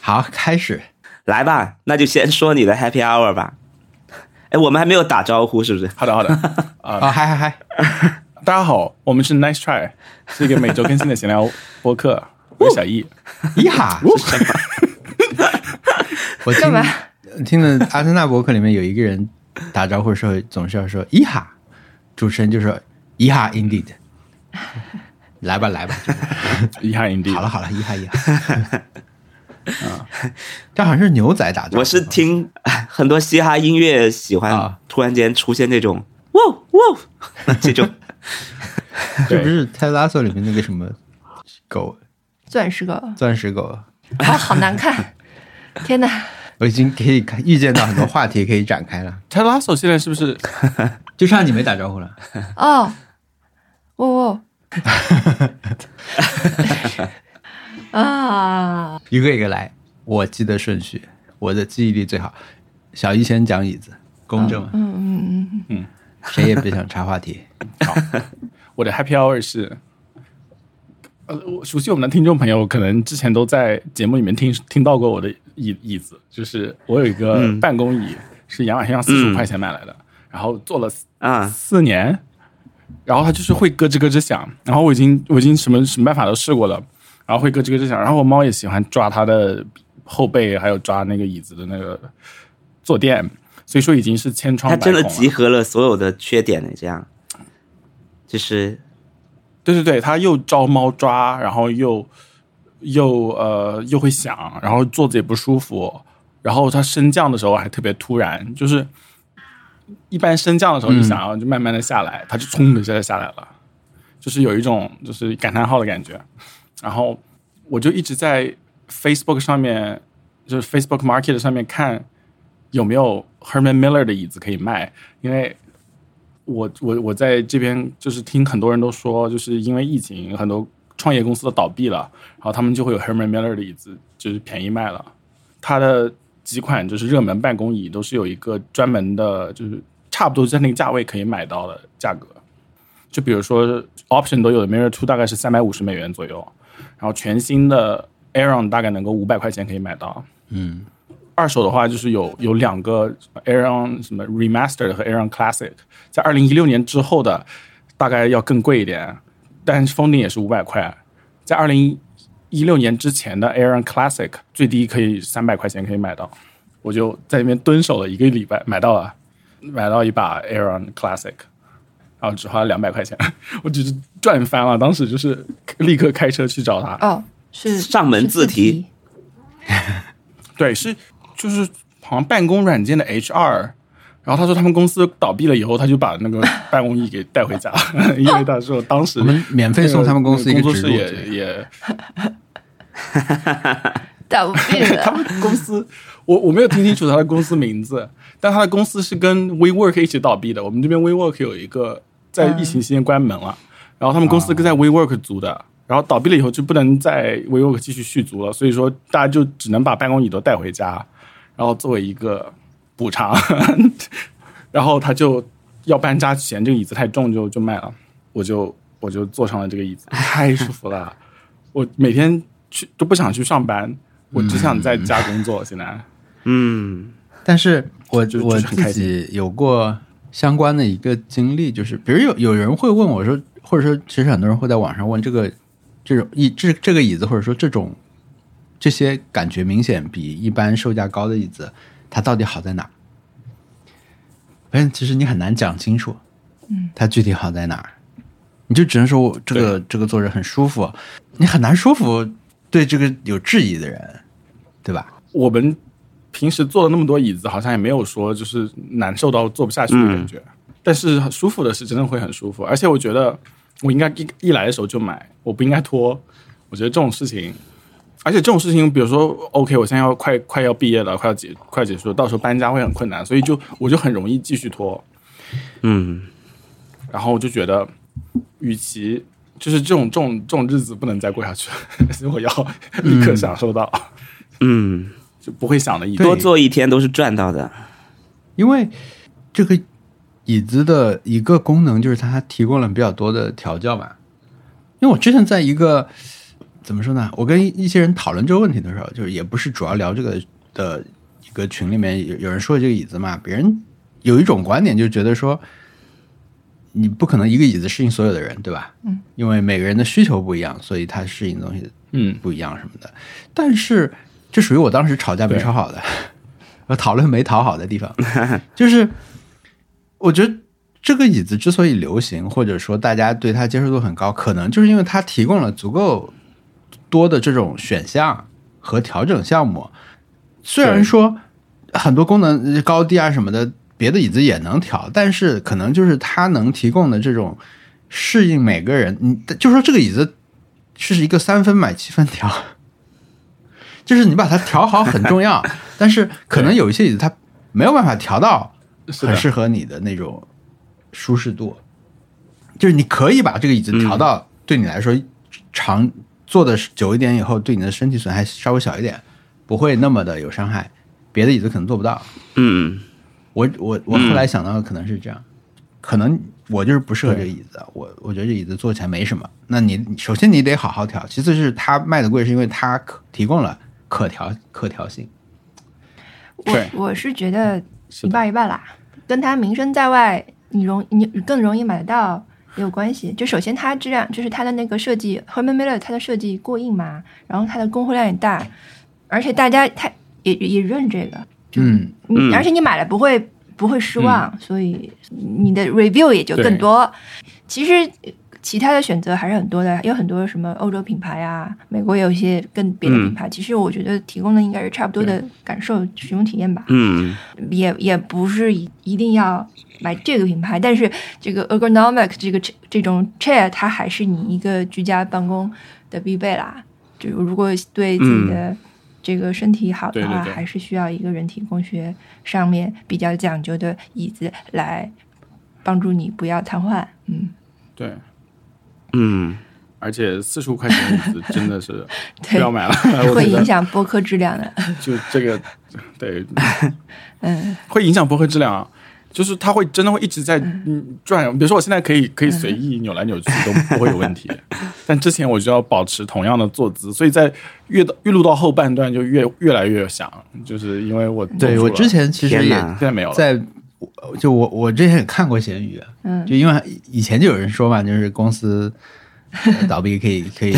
好，开始。来吧，那就先说你的 Happy Hour 吧。哎，我们还没有打招呼，是不是？好的，好 的。啊、啊，嗨嗨嗨，大家好，我们是 Nice Try，是一个每周更新的 闲聊播客。我是小 E，易，咿 哈！我听干嘛听的阿森纳博客里面有一个人打招呼的时候总是要说咿哈，主持人就说咿哈 indeed，来吧来 吧，就遗憾 indeed。好了，好了，咿哈咿哈。嗯这好像是牛仔打招呼，我是听很多嘻哈音乐喜欢啊突然间出现这种哇哇 这种，是对 不是《泰拉索》里面那个什么狗钻石狗，钻石狗？啊，好难看！ 天哪，我已经可以看预见到很多话题可以展开了， t e l a s o 现在是不是就差你没打招呼了。哦，哇哇，哦 啊，一个一个来，我记得顺序，我的记忆力最好。小易先讲椅子，公正，嗯嗯嗯嗯，谁也别想插话题。我的 Happy Hour 是？呃，我熟悉我们的听众朋友，可能之前都在节目里面听听到过我的椅椅子，就是我有一个嗯办公椅，是亚马逊上四十五块钱买来嗯的，然后坐了 啊，四年，然后它就是会咯吱咯吱响，然后我已经我已经什么什么办法都试过了，然后会咯吱咯吱响，然后我猫也喜欢抓它的后背，还有抓那个椅子的那个坐垫，所以说已经是千疮它百真孔了。啊的集合了所有的缺点呢，这样，就是对对对，它又招猫抓，然后又又呃又会响，然后坐着也不舒服，然后它升降的时候还特别突然，就是一般升降的时候你想要就慢慢的下来，它就冲的一下就下来了，就是有一种就是感叹号的感觉。然后我就一直在 Facebook 上面，就是 Facebook Market 上面看有没有 Herman Miller 的椅子可以卖，因为我我我在这边就是听很多人都说，就是因为疫情，很多创业公司都倒闭了，然后他们就会有 Herman Miller 的椅子，就是便宜卖了。它的几款就是热门办公椅都是有一个专门的，就是差不多在那个价位可以买到的价格。就比如说 Option 都有的 Mirror Two 大概是三百五十美元左右，然后全新的 Aeron 大概能够五百块钱可以买到。嗯，二手的话，就是有有两个 Aeron 什么 Remastered 和 Aeron Classic，在二零一六年之后的大概要更贵一点，但是封顶也是五百块。在二零一六年之前的 Aeron Classic 最低可以三百块钱可以买到，我就在那边蹲守了一个礼拜，买到了，买到一把 Aeron Classic，然后只花了两百块钱， 我只是赚翻了。当时就是立刻开车去找他，哦，是上门是自提提，对，是就是好像办公软件的 HR，然后他说他们公司倒闭了以后，他就把那个办公椅给带回家， 因为他说当时我们免费送他们公司一那个工作植室入也也倒闭 他了，们公司，我我没有听清楚他的公司名字，但他的公司是跟 WeWork 一起倒闭的。我们这边 WeWork 有一个在疫情期间关门了，然后他们公司在 WeWork 租的，然后倒闭了以后就不能在 WeWork 继续续租了，所以说大家就只能把办公椅都带回家，然后作为一个补偿， 然后他就要搬家嫌这个椅子太重就就卖了，我就我就坐上了这个椅子，太舒服了。 我每天去都不想去上班，我只想在家工作。现在，嗯但是我就我就是很自开心己有过相关的一个经历，就是比如有有人会问我说，或者说其实很多人会在网上问这个这种椅这这个椅子，或者说这种这些感觉明显比一般售价高的椅子，它到底好在哪儿？反正其实你很难讲清楚，嗯，它具体好在哪儿，你就只能说我这个这个坐着很舒服，你很难说服对这个有质疑的人，对吧？我们平时坐了那么多椅子，好像也没有说就是难受到坐不下去的感觉。但是很舒服的是真的会很舒服，而且我觉得我应该一一来的时候就买，我不应该拖。我觉得这种事情，而且这种事情，比如说，OK，我现在要快快要毕业了，快要结快结束了，到时候搬家会很困难，所以就我就很容易继续拖。嗯，然后我就觉得，与其就是这种这种这种日子不能再过下去 了，所以我要立刻享受到，嗯，就不会想的一对多多做一天都是赚到的，因为这个椅子的一个功能就是它提供了比较多的调教嘛。因为我之前在一个怎么说呢？我跟一些人讨论这个问题的时候，就是也不是主要聊这个的一个群里面有有人说这个椅子嘛，别人有一种观点就觉得说，你不可能一个椅子适应所有的人，对吧？嗯，因为每个人的需求不一样，所以它适应的东西嗯，不一样什么的。但是这属于我当时吵架没吵好的， 我讨论没讨好的地方，就是我觉得这个椅子之所以流行，或者说大家对它接受度很高，可能就是因为它提供了足够多的这种选项和调整项目。虽然对说很多功能呃高低啊什么的，别的椅子也能调，但是可能就是它能提供的这种适应每个人，你就说这个椅子是一个三分买七分调， 就是你把它调好很重 要，但是可能有一些椅子它没有办法调到是很的，适合你的那种舒适度，就是你可以把这个椅子调嗯到对你来说长坐的久一点以后，对你的身体损害稍微小一点，不会那么的有伤害。别的椅子可能做不到。嗯，我我我后来想到的可能是这样，可能我就是不适合这个椅子，我我觉得这椅子坐起来没什么。那你你首先你得好好调，其次是它卖的贵是因为它可提供了可调可调性。我对我是觉得是一的，半儿一半儿啦，跟它名声在外，你容你更容易买得到也有关系。就首先它质量，就是它的那个设计，Herman Miller 它的设计过硬嘛，然后它的供货量也大，而且大家它也也也认这个，嗯，嗯而且你买了不会不会失望，所以你的 review 也就更多。其实呃其他的选择还是很多的，有很多什么欧洲品牌啊，美国也有一些跟别的嗯品牌。其实我觉得提供的应该是差不多的感受、使用体验吧。嗯也也不是一一定要买这个品牌，但是这个 ergonomic 这个 ch- 这种 chair 它还是你一个居家办公的必备啦。就如果对自己的这个身体好的话，嗯对对对还是需要一个人体工学上面比较讲究的椅子来帮助你不要瘫痪。嗯，对，嗯而且四十五块钱的椅子真 的是不对要，买了，哎我会觉影得响播客质量 的。就这个，对， 嗯，会影响播客质量啊。就是它会真的会一直在嗯转悠，比如说我现在可以可以嗯随意扭来扭去都不会有问题，但之前我就要保持同样的坐姿，所以在越到越录到后半段就越越来越响，就是因为我坐对住我了之前其实天也哪现在没有了，在我就我我之前也看过闲鱼，嗯就因为以前就有人说嘛，就是公司呃倒闭可以可以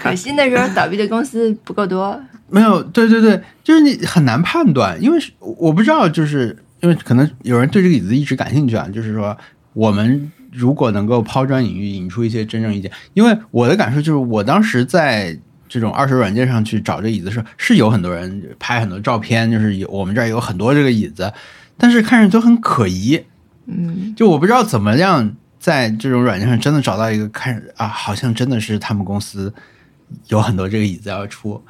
可惜那时候倒闭的公司不够多。没有，对对对，就是你很难判断，因为是我我不知道，就是因为可能有人对这个椅子一直感兴趣啊，就是说我们如果能够抛砖引玉，引出一些真正意见，因为我的感受就是，我当时在这种二手软件上去找这椅子的时候，是有很多人拍很多照片，就是有我们这儿有很多这个椅子，但是看着都很可疑，嗯，就我不知道怎么样在这种软件上真的找到一个看啊，好像真的是他们公司有很多这个椅子要出。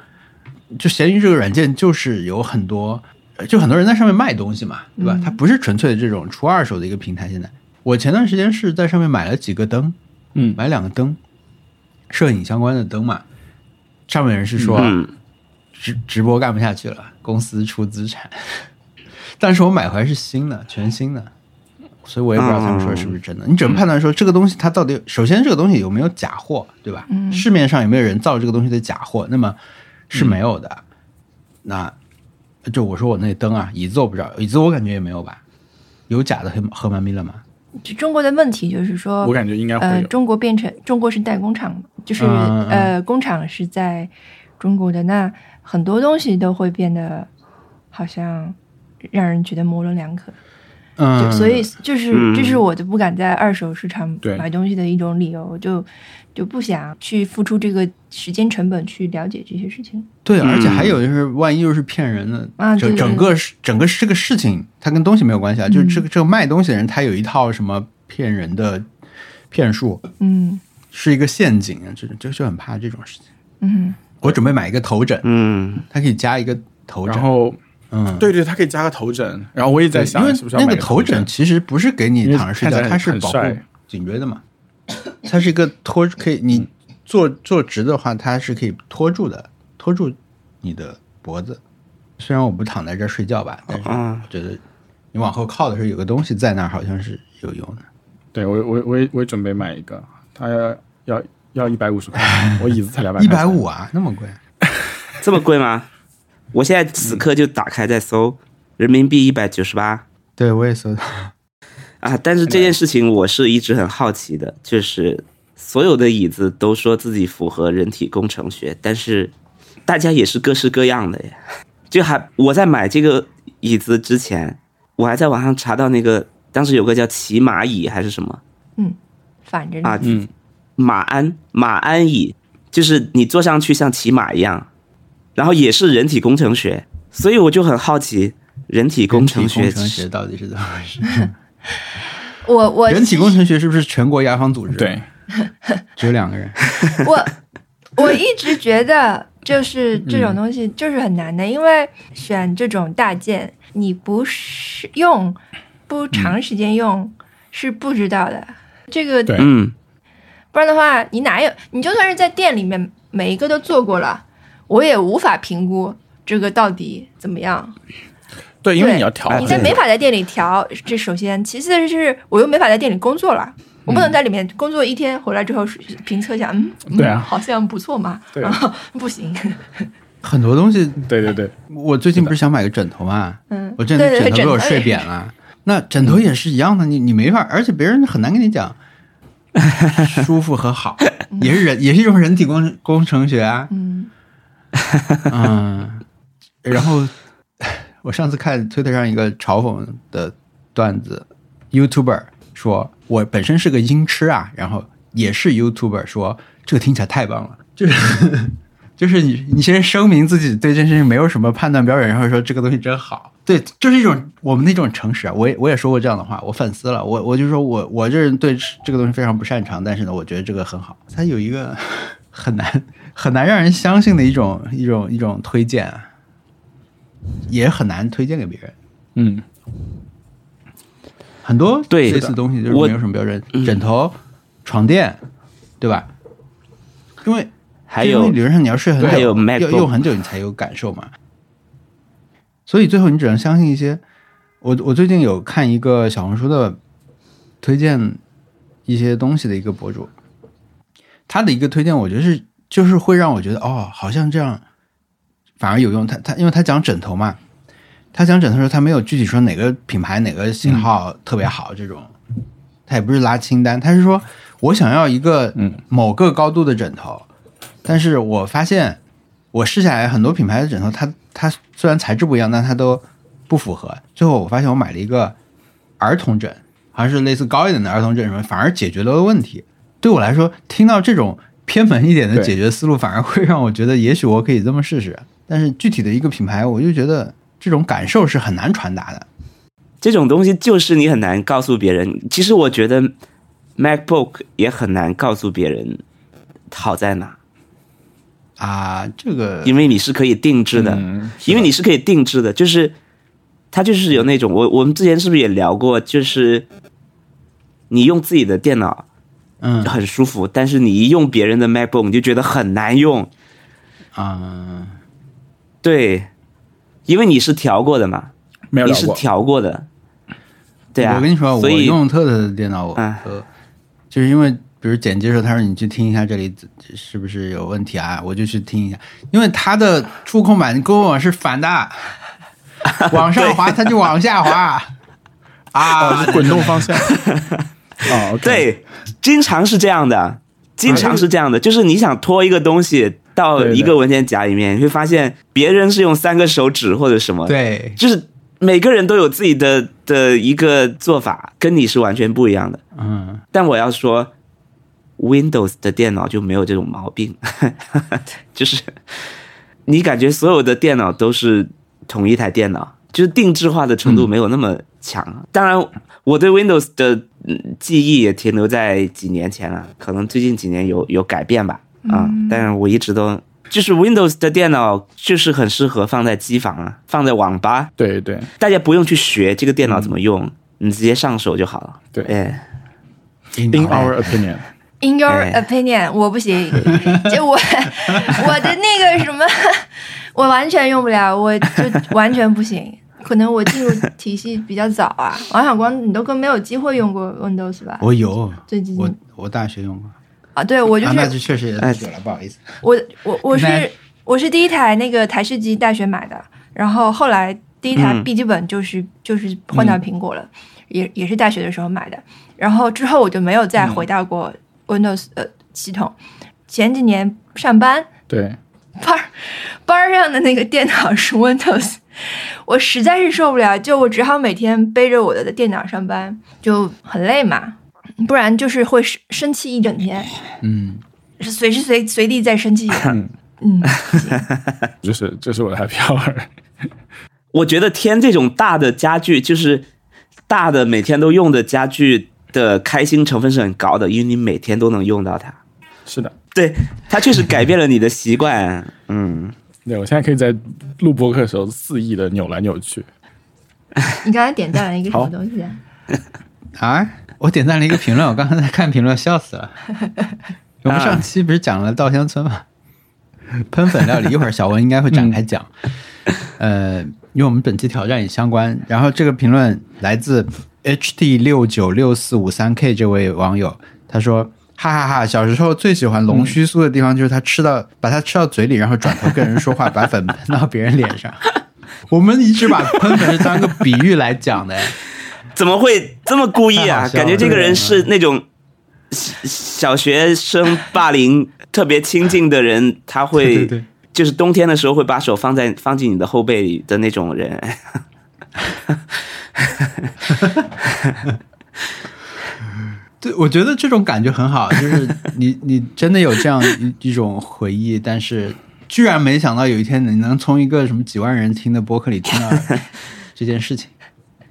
就闲鱼这个软件就是有很多，呃就很多人在上面卖东西嘛，对吧？它不是纯粹的这种出二手的一个平台。现在我前段时间是在上面买了几个灯，嗯买两个灯，摄影相关的灯嘛。上面人是说、嗯直直播干不下去了，公司出资产。 但是我买回来是新的，全新的，所以我也不知道他们说的是不是真的。你只能判断说这个东西它到底，首先这个东西有没有假货，对吧？嗯市面上有没有人造这个东西的假货？那么是没有的。嗯那就我说我那灯啊，椅子我不知道，椅子我感觉也没有吧？有假的和和曼咪了吗？就中国的问题就是说，我感觉应该会呃，有，中国变成中国是代工厂，就是、嗯嗯嗯呃，工厂是在中国的，那很多东西都会变得好像让人觉得模棱两可。嗯，就所以就是、嗯这是我就不敢在二手市场对买东西的一种理由，我就就不想去付出这个时间成本去了解这些事情。对，嗯而且还有就是，万一又是骗人的，啊整对对嗯整个是整个这个事情，它跟东西没有关系啊，就是这个这个卖东西的人，他有一套什么骗人的骗术，嗯是一个陷阱，啊就就就很怕这种事情。嗯，我准备买一个头枕，嗯它可以加一个头枕然，后嗯，对对，它可以加个头枕，然后我也在对，想因为是不是要那买个头头枕其实不是给因你为躺着睡看起觉，来它是很保护帅颈椎的嘛， 它是一个托，可以嗯你坐坐直的话，它是可以托住的，托住你的脖子。虽然我不躺在这儿睡觉吧，但是啊我觉得你往后靠的时候有个东西在那儿，好像是有用的。对我我我也我也准备买一个，它要要要一百五十 块，我椅子才两百，一百五啊，那么贵？这么贵吗？我现在此刻就打开在搜，人民币一百九十八对，我也搜 到。啊！但是这件事情我是一直很好奇的，就是所有的椅子都说自己符合人体工程学，但是大家也是各式各样的呀。 就还我在买这个椅子之前，我还在网上查到那个，当时有个叫骑马椅还是什么反着啊呢，？嗯，马鞍马鞍椅，就是你坐上去像骑马一样，然后也是人体工程学，所以我就很好奇人体工程学人体工程学到底是怎么回事？我我人体工程学是不是全国牙防组织？，对，只有两个人。 我我一直觉得，就是这种东西就是很难的，因为选这种大件，你不是用，不长时间用、是不知道的。这个对嗯，不然的话，你哪有？你就算是在店里面每一个都做过了，我也无法评估这个到底怎么样。对，因为对你要调哎你整这没法在店里调，这首先，其次是我又没法在店里工作了，我不能在里面工作一天，回来之后评测一下，嗯，嗯嗯对啊好像不错嘛，对啊然后不行，很多东西，对对对，我最近不是想买个枕头嘛，嗯，我对枕头对枕对，哎头被我睡扁了。那枕头也是一样的，你你没法，而且别人很难跟你讲 舒服和好，也是人也是用人体工工程学啊，嗯， 嗯，然后我上次看推特上一个嘲讽的段子，YouTuber 说我本身是个音痴啊，然后也是 YouTuber 说这个听起来太棒了，就是就是你你先声明自己对这件事情没有什么判断标准，然后说这个东西真好，对，就是一种我们那种诚实啊。我也我也说过这样的话，我反思了，我我就说我我这人对这个东西非常不擅长，但是呢，我觉得这个很好，它有一个 很难很难让人相信的一种一种一种推荐啊，也很难推荐给别人。嗯，很多对类似东西就是我嗯没有什么标准，枕头、床垫，对吧？因为还这东西有理论上你要睡很久，还有要 MacBook 用很久你才有感受嘛。所以最后你只能相信一些。我我最近有看一个小红书的推荐一些东西的一个博主，他的一个推荐，我觉得是就是会让我觉得哦，好像这样反而有用。他他因为他讲枕头嘛，他讲枕头的时候，他没有具体说哪个品牌哪个型号特别好这种，他也不是拉清单，他是说我想要一个嗯某个高度的枕头，但是我发现我试下来很多品牌的枕头，它它虽然材质不一样，但它都不符合。最后我发现我买了一个儿童枕，好像是类似高一点的儿童枕什么，反而解决了问题。对我来说，听到这种偏门一点的对解决思路，反而会让我觉得，也许我可以这么试试。但是具体的一个品牌，我就觉得这种感受是很难传达的。这种东西就是你很难告诉别人。其实我觉得 MacBook 也很难告诉别人好在哪，啊，这个因为你是可以定制的，嗯因为你是可以定制的，就是它就是有那种我我们之前是不是也聊过，就是你用自己的电脑嗯很舒服，但是你一用别人的 MacBook 你就觉得很难用，啊，对，因为你是调过的嘛，没有你聊是过，调过的，对啊，我跟你说，我所以用特特的电脑，我嗯呃，就是因为比如剪辑的时候，他说你去听一下这里是不是有问题啊，我就去听一下，因为它的触控板跟我是反的，往上滑它就往下滑啊，哦，是滚动方向。哦，OK，对，经常是这样的，经常是这样的，就是你想拖一个东西到对对一个文件夹里面，你会发现别人是用三个手指或者什么，，对，就是每个人都有自己的的一个做法，跟你是完全不一样的。嗯，但我要说，Windows 的电脑就没有这种毛病， 就是你感觉所有的电脑都是同一台电脑，就是定制化的程度没有那么强。嗯当然，我对 Windows 的嗯记忆也停留在几年前了，可能最近几年有有改变吧。嗯啊、但是我一直都就是 Windows 的电脑就是很适合放在机房啊，放在网吧，对对大家不用去学这个电脑怎么用，嗯你直接上手就好了。对哎。 ，In our opinion， In your 哎 opinion，、我不行，就我 我的那个什么， 我完全用不了，我就完全不行。可能我进入体系比较早啊，王小光，你都更没有机会用过 Windows 吧？我有，最近我我大学用过，啊，对我就啊是、那就确实也久了，不好意思。我我我那是我是第一台那个台式机大学买的，然后后来第一台嗯笔记本就是、就是换到苹果了，也也是大学的时候买的。然后之后我就没有再回到过 Windows、呃系统。前几年上班 对，班儿班儿上的那个电脑是 Windows，我 实在是受不了，就我只好每天背着我的电脑上班，就很累嘛，不然就是会生生气一整天。嗯，是随时随随地在生气。嗯嗯，就是这是我的 happy hour。 我觉得添这种大的家具，就是大的每天都用的家具的开心成分是很高的，因为你每天都能用到它。是的，对，它确实改变了你的习 惯。嗯，对我现在可以在录播课的时候肆意的扭来扭去。你刚才点赞了一个什好么东西啊？啊，我点赞了一个评论，我刚才在看评论，笑死了。我们上期不是讲了稻香村吗？喷粉料理，一会儿小文应该会展开讲。呃，因为我们本期挑战也相关，然后这个评论来自 H D 六九六四五三 K 这位网友，他说。哈哈哈！小时候最喜欢龙须酥的地方就是他吃到，把它吃到嘴里，然后转头跟人说话，把粉喷到别人脸上。我们一直把喷粉是当个比喻来讲的，怎么会这么故意太好啊？笑了感觉这个人是那种小小学生霸凌特别亲近的人，他会对对对就是冬天的时候会把手放在放进你的后背里的那种人。对，我觉得这种感觉很好，就是 你你真的有这样一一种回忆，但是居然没想到有一天你能从一个什么几万人听的播客里听到这件事情，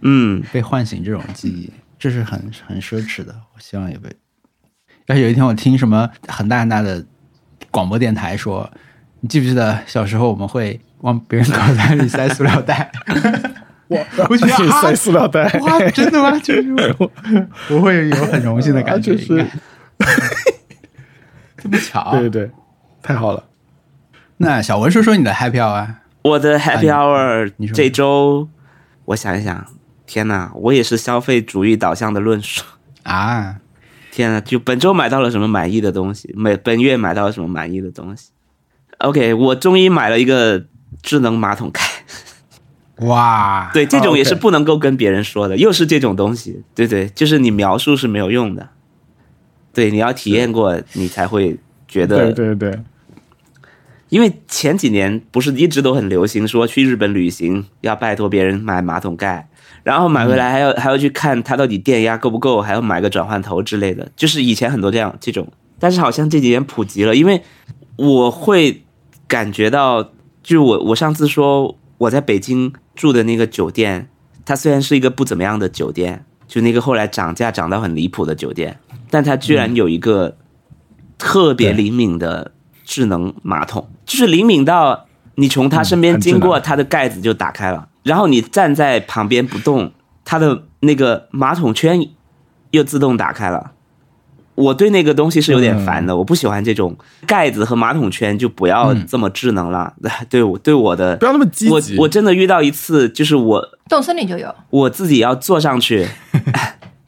嗯，被唤醒这种记忆，这是很很奢侈的。我希望也被。要是有一天我听什么很大很大的广播电台说，你记不记得小时候我们会往别人口袋里塞塑料袋？ 我我觉得可以啊 塞塑料袋， 哇，真的吗？就是 我我会有很荣幸的感觉，啊就是应该 这么巧、对对对，太好了。那小文说说你的 happy hour 啊，我的 Happy 啊 Hour 你你说这周，我想一想，天哪，我也是消费主义导向的论述。啊天呐，就本周买到了什么满意的东西？每本月买到了什么满意的东西？OK，我终于买了一个智能马桶盖。哇，对，这啊种，OK 也是不能够跟别人说的，又是这种东西。对对，就是你描述是没有用的。对，你要体验过，你才会觉得对对对，因为前几年不是一直都很流行说去日本旅行要拜托别人买马桶盖，然后买回来还要、还要去看它到底电压够不够，还要买个转换头之类的，就是以前很多这样这种，但是好像这几年普及了，因为我会感觉到，就我我上次说我在北京住的那个酒店，它虽然是一个不怎么样的酒店，就那个后来涨价涨到很离谱的酒店，但它居然有一个特别灵敏的智能马桶，就是灵敏到你从它身边很智经过，能它的盖子就打开了，然后你站在旁边不动，它的那个马桶圈又自动打开了。我对那个东西是有嗯点烦的，我不喜欢这种盖子和马桶圈，就不要这么智能了。 对我对我的嗯不，要那么积我极。我真的遇到一次，就是我动森里就有，我自己要坐上 去，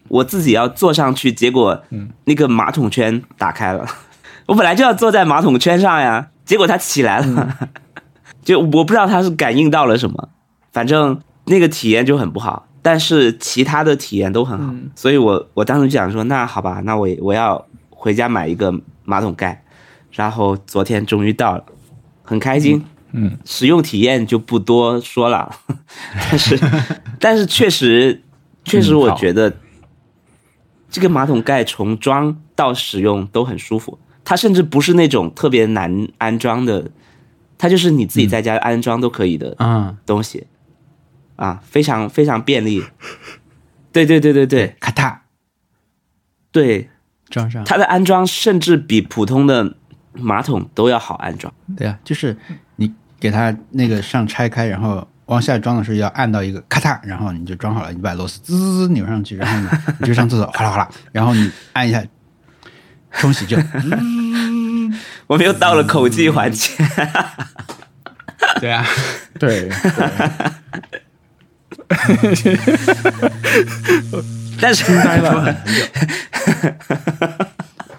我自己要坐上去，结果嗯那个马桶圈打开了， 我本来就要坐在马桶圈上呀，结果它起来了，嗯 就我不知道它是感应到了什么，反正那个体验就很不好，但是其他的体验都很好，嗯所以我我当时就想说，那好吧，那我我要回家买一个马桶盖，然后昨天终于到了，很开心。嗯，使用体验就不多说了， 但是 但是确实确实，嗯我好觉得这个马桶盖从装到使用都很舒服，它甚至不是那种特别难安装的，它就是你嗯自己在家安装都可以的嗯，东西、啊，非常非常便利。对对对对对咔嗒对，装上，它的安装甚至比普通的马桶都要好安装。对啊，就是你给它那个上拆开，然后往下装的时候要按到一个咔嗒，然后你就装好了，你把螺丝滋滋滋扭上去，然后你 你就上厕所哗啦哗啦，然后你按一下冲洗就，我们又到了口技环节。 对啊，对，嗯 但是，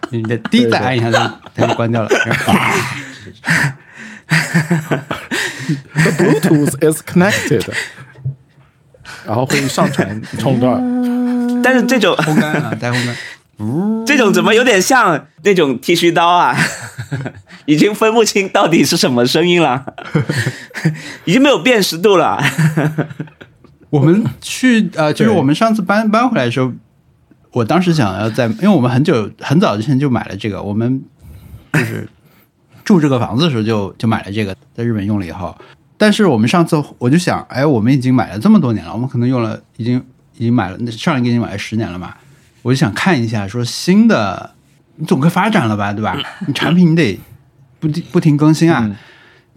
你的滴再按一下，它它就关掉了。然后 The Bluetooth is connected，然后会上传冲段儿。 但是这种烘干啊，再烘干。这种怎么有点像那种剃须刀啊？ 已经分不清到底是什么声音了， 已经没有辨识度了。我们去呃，就是我们上次搬搬回来的时候，我当时想要在，因为我们很久很早之前就买了这个，我们就是 住这个房子的时候就就买了这个，在日本用了以后，但是我们上次我就想，哎，我们已经买了这么多年了，我们可能用了已经已经买了那上一个已经买了十年了嘛，我就想看一下说新的，你总该发展了吧，对吧？嗯你 产品你得不停不停更新啊。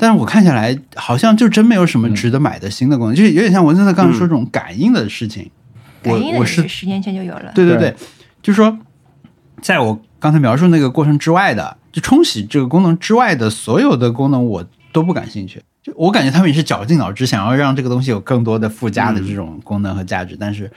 但是我看下来，好像就真没有什么值得买的新的功能，就是有点像文森特刚刚说这种感应的事情。感应我的我也是是十年前就有了，对对对，对就是说，在我刚才描述那个过程之外的，就冲洗这个功能之外的所有的功能，我都不感兴趣。就我感觉他们也是绞尽脑汁想要让这个东西有更多的附加的嗯这种功能和价值，但是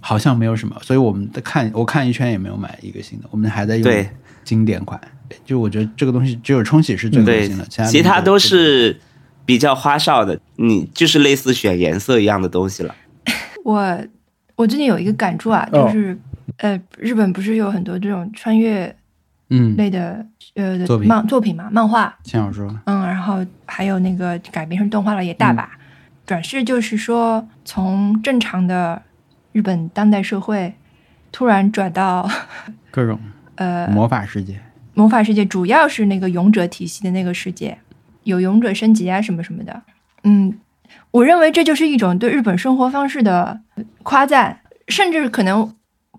好像没有什么。所以我们的看我看一圈也没有买一个新的，我们还在用对经典款。就我觉得这个东西只有冲洗是最核嗯对心的，，他其东他西都是比较花哨的，你就是类似选颜色一样的东西了。我我最近有一个感触啊，哦就是、呃，日本不是有很多这种穿越嗯，类的呃的作品漫作品嘛，漫画，像我说，嗯，然后还有那个改编成动画了也嗯大把。转世就是说，从正常的日本当代社会，突然转到各种呃魔法世界，魔法世界主要是那个勇者体系的那个世界，有勇者升级啊什么什么的。嗯，我认为这就是一种对日本生活方式的夸赞，甚至可能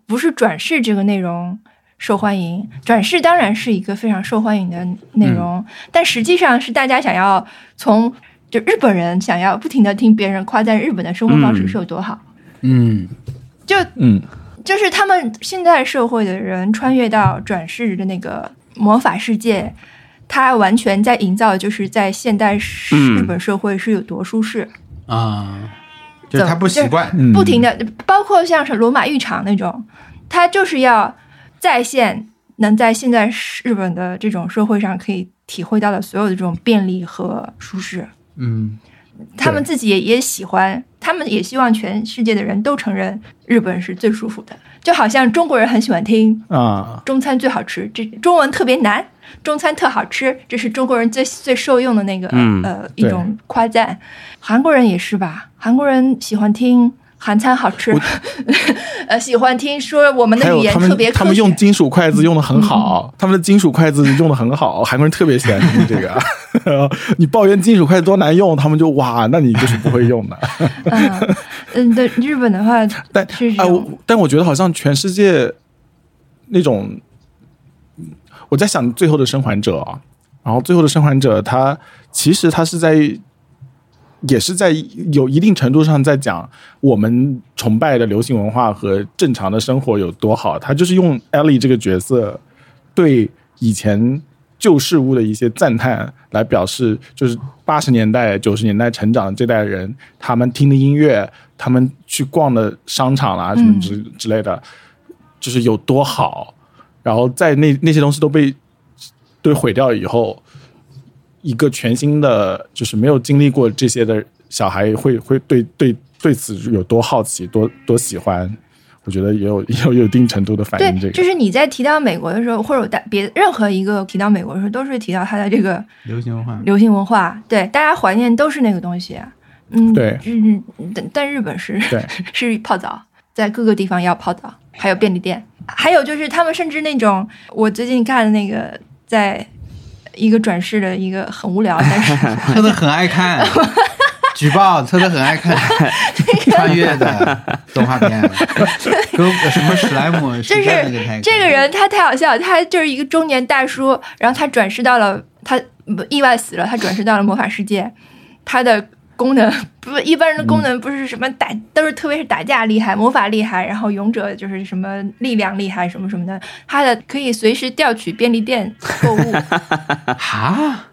不是转世这个内容受欢迎，转世当然是一个非常受欢迎的内容，但实际上是大家想要从就日本人想要不停的听别人夸赞日本的生活方式嗯是有多好，嗯，就嗯，就是他们现在社会的人穿越到转世的那个魔法世界，他完全在营造就是在现代世嗯日本社会是有多舒适，啊，就是他不习惯，嗯不停的，包括像是罗马浴场那种，他就是要再现能在现在日本的这种社会上可以体会到的所有的这种便利和舒适。嗯他们自己也也喜欢，他们也希望全世界的人都承认日本是最舒服的，就好像中国人很喜欢听啊，中餐最好吃，这中文特别难，中餐特好吃，这是中国人最最受用的那个、嗯呃一种夸赞。韩国人也是吧？韩国人喜欢听韩餐好吃， 呃，喜欢听说我们还的语有言他特别们他科们用学。嗯金属筷子用的很好，他们的金属筷子用的很好，韩国人特别喜欢用这个。 你抱怨金属筷子多难用，他们就哇，那你就是不会用 的。嗯嗯，对，日本 的话，但是这哎，我种但我觉得好像全世界那种，我在想《最后的生还者》啊，然后《最后的生还者》它其实它是在，也是在有一定程度上在讲我们崇拜的流行文化和正常的生活有多好。它就是用 Ellie 这个角色对以前旧事物的一些赞叹来表示，就是八十年代、九十年代成长的这代人，他们听的音乐，他们去逛的商场啦、什么之之类的，就是有多好。然后在那那些东西都被都毁掉以后，一个全新的，就是没有经历过这些的小孩会会对对对此有多好奇、多多喜欢。我觉得也有也有有一定程度的反映这对，个，就是你在提到美国的时候，或者在别任何一个提到美国的时候，都是提到它的这个流行文化，流行文化，对，大家怀念都是那个东西、嗯，对嗯，但但日本是对 是泡澡，在各个地方要泡澡，还有便利店，还有就是他们甚至那种，我最近看的那个，在一个转世的一个很无聊，但是特特很爱 看，举报特特很爱看穿越的动画 片，跟什么史莱姆，就是这个人他太好笑了，他就是一个中年大叔，然后他转世到了他不意外死了，他转世到了魔法世界，他的功能不一般人的功能不是什么打，都是特别是打架厉害、魔法厉害，然后勇者就是什么力量厉害什么什么的，他的可以随时调取便利店购物，哈，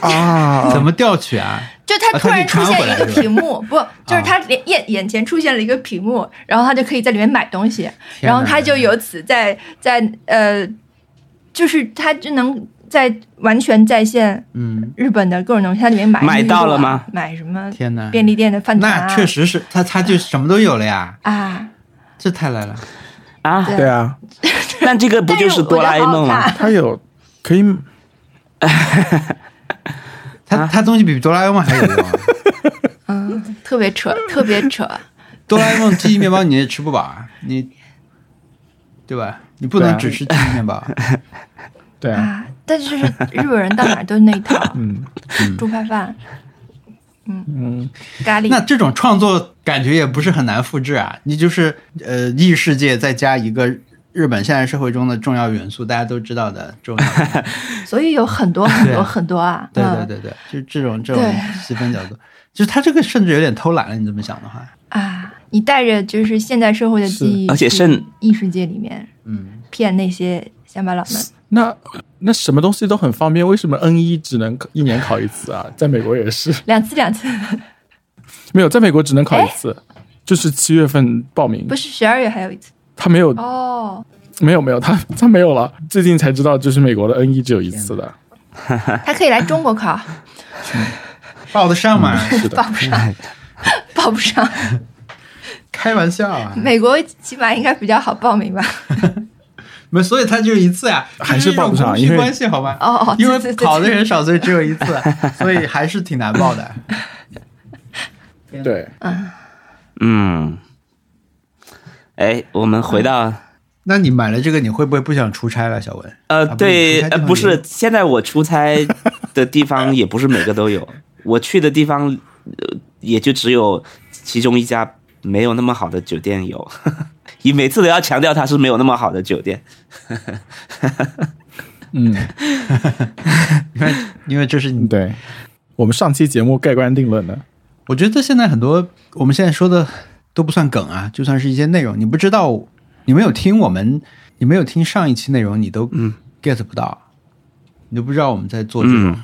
啊，怎么调取啊？就他突然出现一个屏幕，不，就是啊他脸眼眼前出现了一个屏幕，然后他就可以在里面买东西，天哪然后他就由此在在呃就是它就能在完全再现嗯，日本的各种东西，它里面买买日到用了啊吗？买什么天哪，便利店的饭团、啊？那确实是他，他就什么都有了呀，啊，这太来了。啊，对对啊， 那这个不就是哆啦 A 梦但是我觉得好好吗？看它有可以他啊他东西比哆啦 A 梦还有用 啊，嗯，特别扯，特别扯。哆啦 A 梦记忆面包你也吃不饱啊，你对吧？你不对能啊只吃记忆面包，对啊，啊，但是就是日本人到哪儿都是那一套，嗯猪排饭、嗯，咖那喱，这种创作感觉也不是很难复制啊，你就是呃异世界再加一个日本现代社会中的重要元素，大家都知道的 重要。嗯所以有很多很对多很多啊。对嗯对对对，就这种这种对细分角度，就是他这个甚至有点偷懒了。你这么想的话，啊，你带着就是现代社会的记忆，而且甚异世界里面嗯，骗那些乡巴佬们，那那什么东西都很方便，为什么 N 一只能考一年考一次啊？在美国也是 两次两次，没有，在美国只能考一次，就是七月份报名不，是十二月还有一次他嗯没有哦，没有没有，他 他没有了。最近才知道，就是美国的 N 一只有一次的，他可以来中国考， 报得上吗？ 是的报，不上，报不上。 开玩笑啊，美国起码应该比较好报名吧？没，所以他就一次呀、啊，还是报不上这是一因种为供需关系好吧？哦哦因对对为对跑的人少，所以只有 一次，所以还是挺难报的。对，嗯，哎，我们回到那你买了这个，你会不会不想出差了，小文？呃，啊不是出对，差地呃方不是也，现在我出差的地方也不是每个都有，我去的地方、呃也就只有其中一家没有那么好的酒店有， 你每次都要强调它是没有那么好的酒店，嗯，因为因为这是你，对。我们上期节目盖棺定论的，我觉得现在很多我们现在说的都不算梗啊，就算是一些内容，你不知道，你没有听我们，你没有听上一期内容，你都嗯 get 不到，你都不知道我们在做这种嗯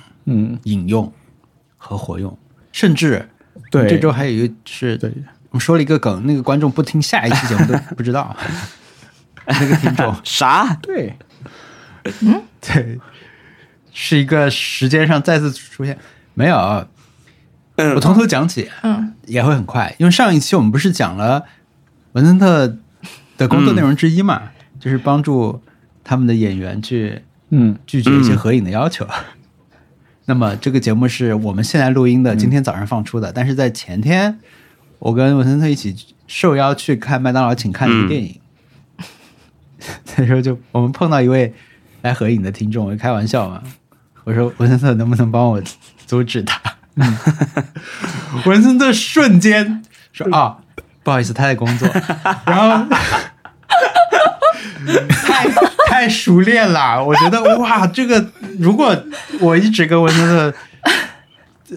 嗯，引用和活用，甚至对，这周还有一个是对，我们说了一个梗，那个观众不听下一期节目都不知 道。那个听众啥？对，对，是一个时间上再次出现，没有，啊我从头讲起，啊嗯，也会很快，因为上一期我们不是讲了文森特的工作内容之一嘛，就是帮助他们的演员去嗯，拒绝一些合影的要求。 那么这个节目是我们现在录音的，今天早上放出的，但是在前天，我跟文森特一起受邀去看麦当劳请看的一个电影。 那时候就我们碰到一位来合影的听众，我就开玩笑嘛，我说文森特能不能帮我阻止他？ 文森特瞬间说啊、不好意思，他在工 作，然后。太太熟练了，我觉得哇，这个如果我一直跟文森特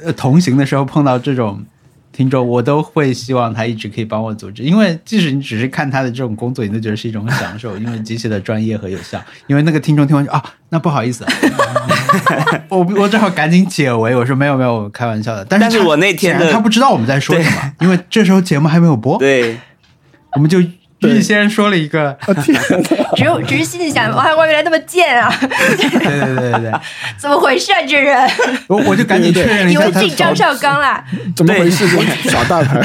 呃同行的时候碰到这种听众，我都会希望他一直可以帮我组织，因为即使你只是看他的这种工作，你都觉得是一种享受，因为极其的专业和有效。因为那个听众听完就啊， 那不好意思，我我只好赶紧解围，我说没有没有，我开玩笑的。但是但是他我那天显然的他不知道我们在说什么，因为这时候节目还没有播，对，我们就预先说了一个，啊 只有只是心里想，哇，哇，原来那么贱啊， 对对对对对。怎么回事啊？这人我我就赶紧确认了一以下为他自己张找，绍刚啦，怎么回事？耍大牌，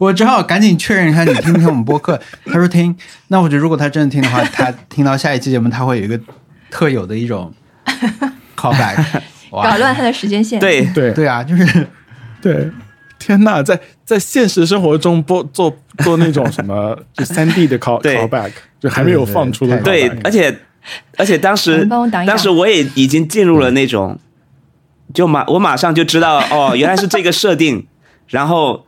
我只好赶紧确认一下你听不听我们播客。他说听，那我觉得如果他真的听的话，他听到下一期节目他会有一个特有的一 种 callback，搞哇，乱他的时间线。， 对， 对对啊，就是对，天呐，在在现实生活中播做做那种什么就三 D 的 call 对 callback，就还没有放出的对，而且而且当时你帮我挡一挡当时我也已经进入了那种，就马我马上就知道哦，原来是这个设定， 然后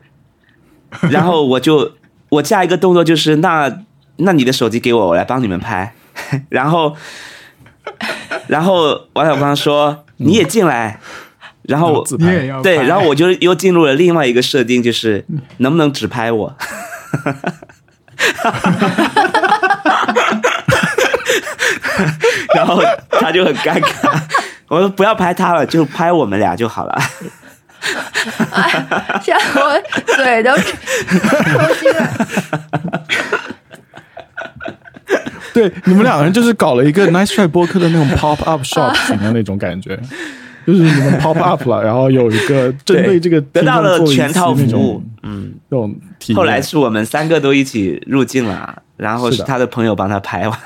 然后我就我下一个动作就是那那你的手机给我，我来帮你们拍， 然后然后王小光说你也进来，然后我自你也拍，要对，然后我我就又进入了另外一个设定，就是能不能只拍我？ 然后他就很尴尬，我说不要拍他了，就拍我们俩就好了。吓得啊我嘴都抽筋了。 对，你们两个人就是搞了一个 Nice Try 播客的那种 Pop Up Shop 型的那种感觉，就是你们 Pop Up 了，然后有一个针对这个得到了听众做一全期套服那种务，嗯，这种体验。后来是我们三个都一起入境了，然后是是的嗯他的朋友帮他拍完，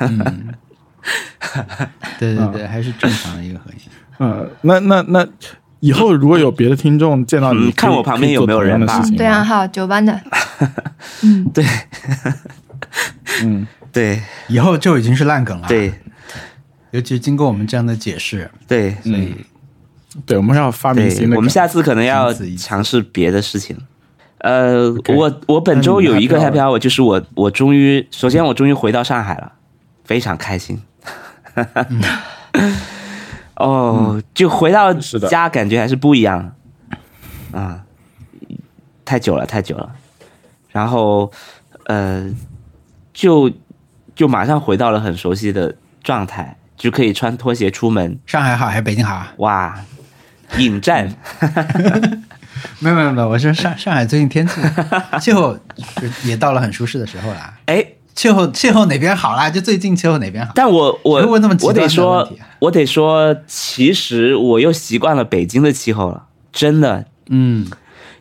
对对嗯对，还是正常的一个合影。嗯，那那那以后如果有别的听众见到你，嗯看我旁边有没有人吧啊可以做同样的事情对暗，号九班的，嗯，对嗯， 对以后就已经是烂梗了，，啊对尤其经过我们这样的解释，对嗯所以对，我们要发明新对，的梗，我们下次可能要仅此一次尝试别的事情。呃 OK 我我本周有一个那你 happy 们 hour，就是我我终于，首先我终于回到上海了，非常开心。 哦，就回到是的家感觉还是不一样啊、太久了，太久了。然后，呃，就就马上回到了很熟悉的状态，就可以穿拖鞋出门。上海好还是北京好啊？哇，引战 没有没有没有，我说上上海最近天气气候就也到了很舒适的时候啦，哎，气候气候哪边好啦？就最近气候哪边好？但我我谁会问那么极我端的得说问题啊，我得说，其实我又习惯了北京的气候了，真的。嗯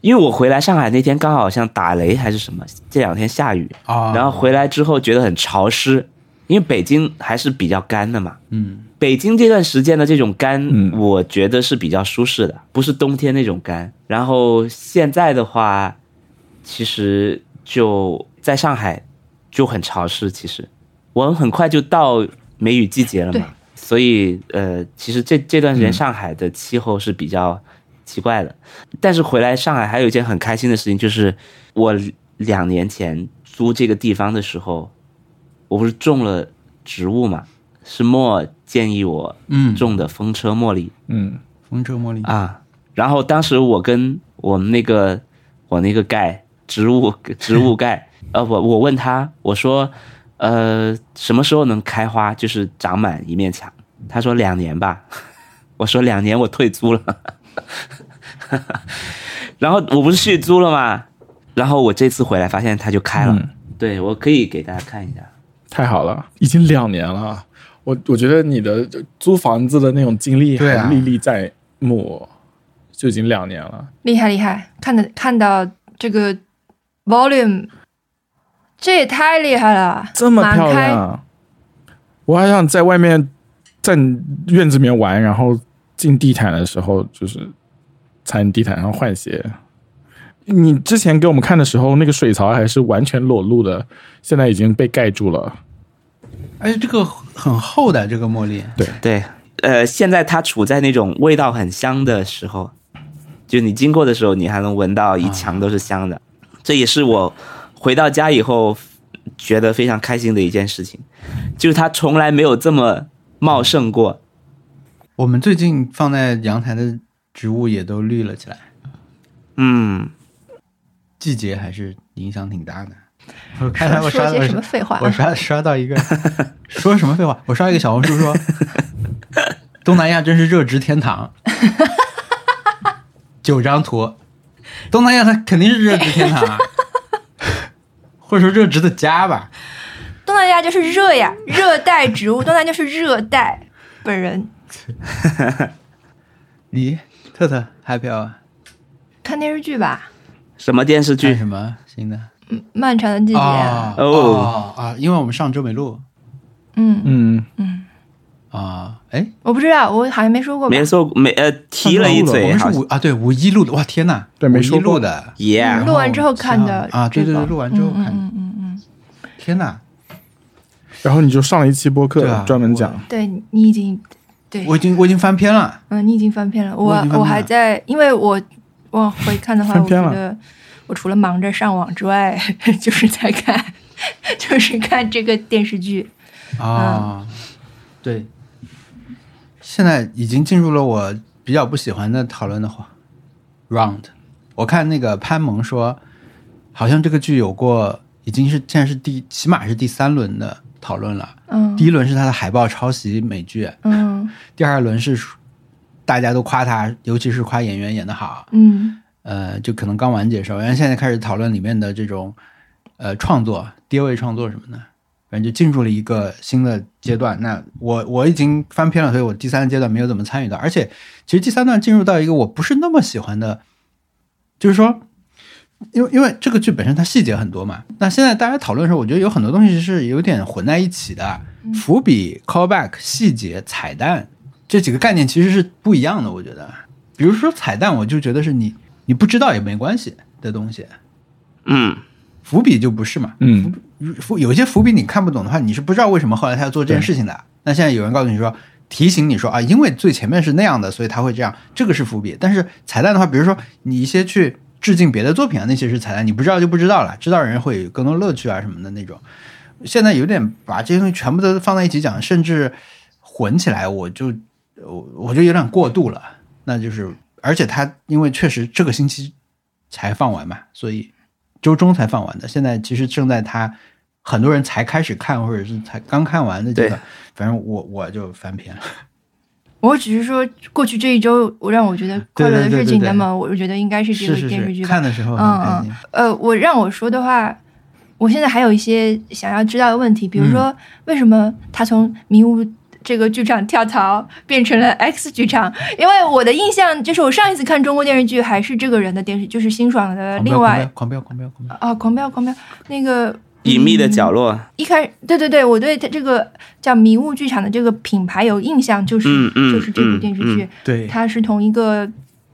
因为我回来上海那天刚好好像打雷还是什么，这两天下雨，啊，然后回来之后觉得很潮湿，因为北京还是比较干的嘛。嗯北京这段时间的这种干嗯，我觉得是比较舒适的，不是冬天那种干。然后现在的话，其实就在上海就很潮湿，其实我们很快就到梅雨季节了对嘛，所以呃，其实这这段时间上海的气候是比较奇怪的。但是回来上海还有一件很开心的事情，就是我两年前租这个地方的时候，我不是种了植物嘛，是莫建议我嗯，种的风车茉莉嗯风车茉莉啊。然后当时我跟我们那个我那个盖植物植物盖，呃，我我问他，我说，呃，什么时候能开花，就是长满一面墙？他说两年吧。 我说两年我退租了。 然后我不是续租了吗？然后我这次回来发现它就开了。嗯对，我可以给大家看一下。太好了，已经两年了，我我觉得你的租房子的那种经历对啊还历历在目，就已经两年了。厉害厉害，看的看到这个 volume，这也太厉害了，这么漂满开亮，啊，我还想在外面在你院子里面玩，然后进地毯的时候就是踩你地毯上换鞋。你之前给我们看的时候，那个水槽还是完全裸露的，现在已经被盖住了。而哎且这个很厚的这个茉莉，对，呃，现在它处在那种味道很香的时候，就你经过的时候，你还能闻到一墙都是香的。这也是我回到家以后觉得非常开心的一件事情，就是它从来没有这么茂盛过。我们最近放在阳台的植物也都绿了起来，嗯，季节还是影响挺大的。我刚才说我说刷些什么我废话啊？我刷刷到一个说什么废话，我刷一个小红书说，东南亚真是热值天堂，九张图，东南亚它肯定是热值天堂啊，或者说热值的家吧。东南亚就是热呀，热带植物，东南亚就是热带。本人你特特 happy 啊？看电视剧吧，什么电视看剧？什么新的？嗯，《漫长的季节》啊哦哦哦啊，因为我们上周没录嗯，嗯，啊，哎，我不知道，我好像没说过吧没？说没呃提了一我嘴，们是好像五啊，对五一录的，哇天呐，对没说五一过录的，嗯 yeah，录完之后看的哦啊，对对这对，个录完之后看，嗯嗯嗯嗯天呐，然后你就上了一期播客对啊专门讲我，嗯，对你已经对，我已经我已经翻篇了，嗯，你已经翻篇了，我我已经翻篇了我还在，因为我往回看的话，翻我篇了觉得我除了忙着上网之外， 就是在看， 就是看这个电视剧。啊，对，现在已经进入了我比较不喜欢的讨论的话 round。我看那个潘萌说，好像这个剧有过，已经是现在是第起码是第三轮的讨论了。嗯第一轮是他的海报抄袭美剧，嗯第二轮是大家都夸他，尤其是夸演员演得好。嗯呃，就可能刚完结的时候，然后现在开始讨论里面的这种呃创作、跌位创作什么的。反正就进入了一个新的阶段。那我我已经翻篇了，所以我第三个阶段没有怎么参与到。而且其实第三段进入到一个我不是那么喜欢的，就是说，因为因为这个剧本身它细节很多嘛。那现在大家讨论的时候，我觉得有很多东西是有点混在一起的，伏笔、callback、细节、彩蛋这几个概念其实是不一样的。我觉得，比如说彩蛋，我就觉得是你你不知道也没关系的东西，嗯，伏笔就不是嘛。嗯，伏有一些伏笔你看不懂的话，你是不知道为什么后来他要做这件事情的。那现在有人告诉你说，提醒你说啊，因为最前面是那样的，所以他会这样，这个是伏笔。但是彩蛋的话，比如说你一些去致敬别的作品啊，那些是彩蛋，你不知道就不知道了，知道人会有更多乐趣啊什么的那种。现在有点把这些东西全部都放在一起讲，甚至混起来，我就我我就有点过度了。那就是，而且他因为确实这个星期才放完嘛，所以周中才放完的。现在其实正在他很多人才开始看，或者是才刚看完的阶段对。反正我我就翻篇了。我只是说过去这一周我让我觉得快乐的对对对事对情，对那么我觉得应该是这是个是电视剧是，吧。看的时候很开心。呃，我让我说的话，我现在还有一些想要知道的问题，比如说、为什么他从迷雾这个剧场跳槽变成了 X 剧场？因为我的印象就是我上一次看中国电视剧还是这个人的电视，就是辛爽的嗯另外狂飙狂飙狂飙狂飙，啊，狂飙狂飙那个。隐秘的角落，一开对对对，我对他这个叫迷雾剧场的这个品牌有印象，就是、嗯嗯就是这部嗯电视剧，对他是同一个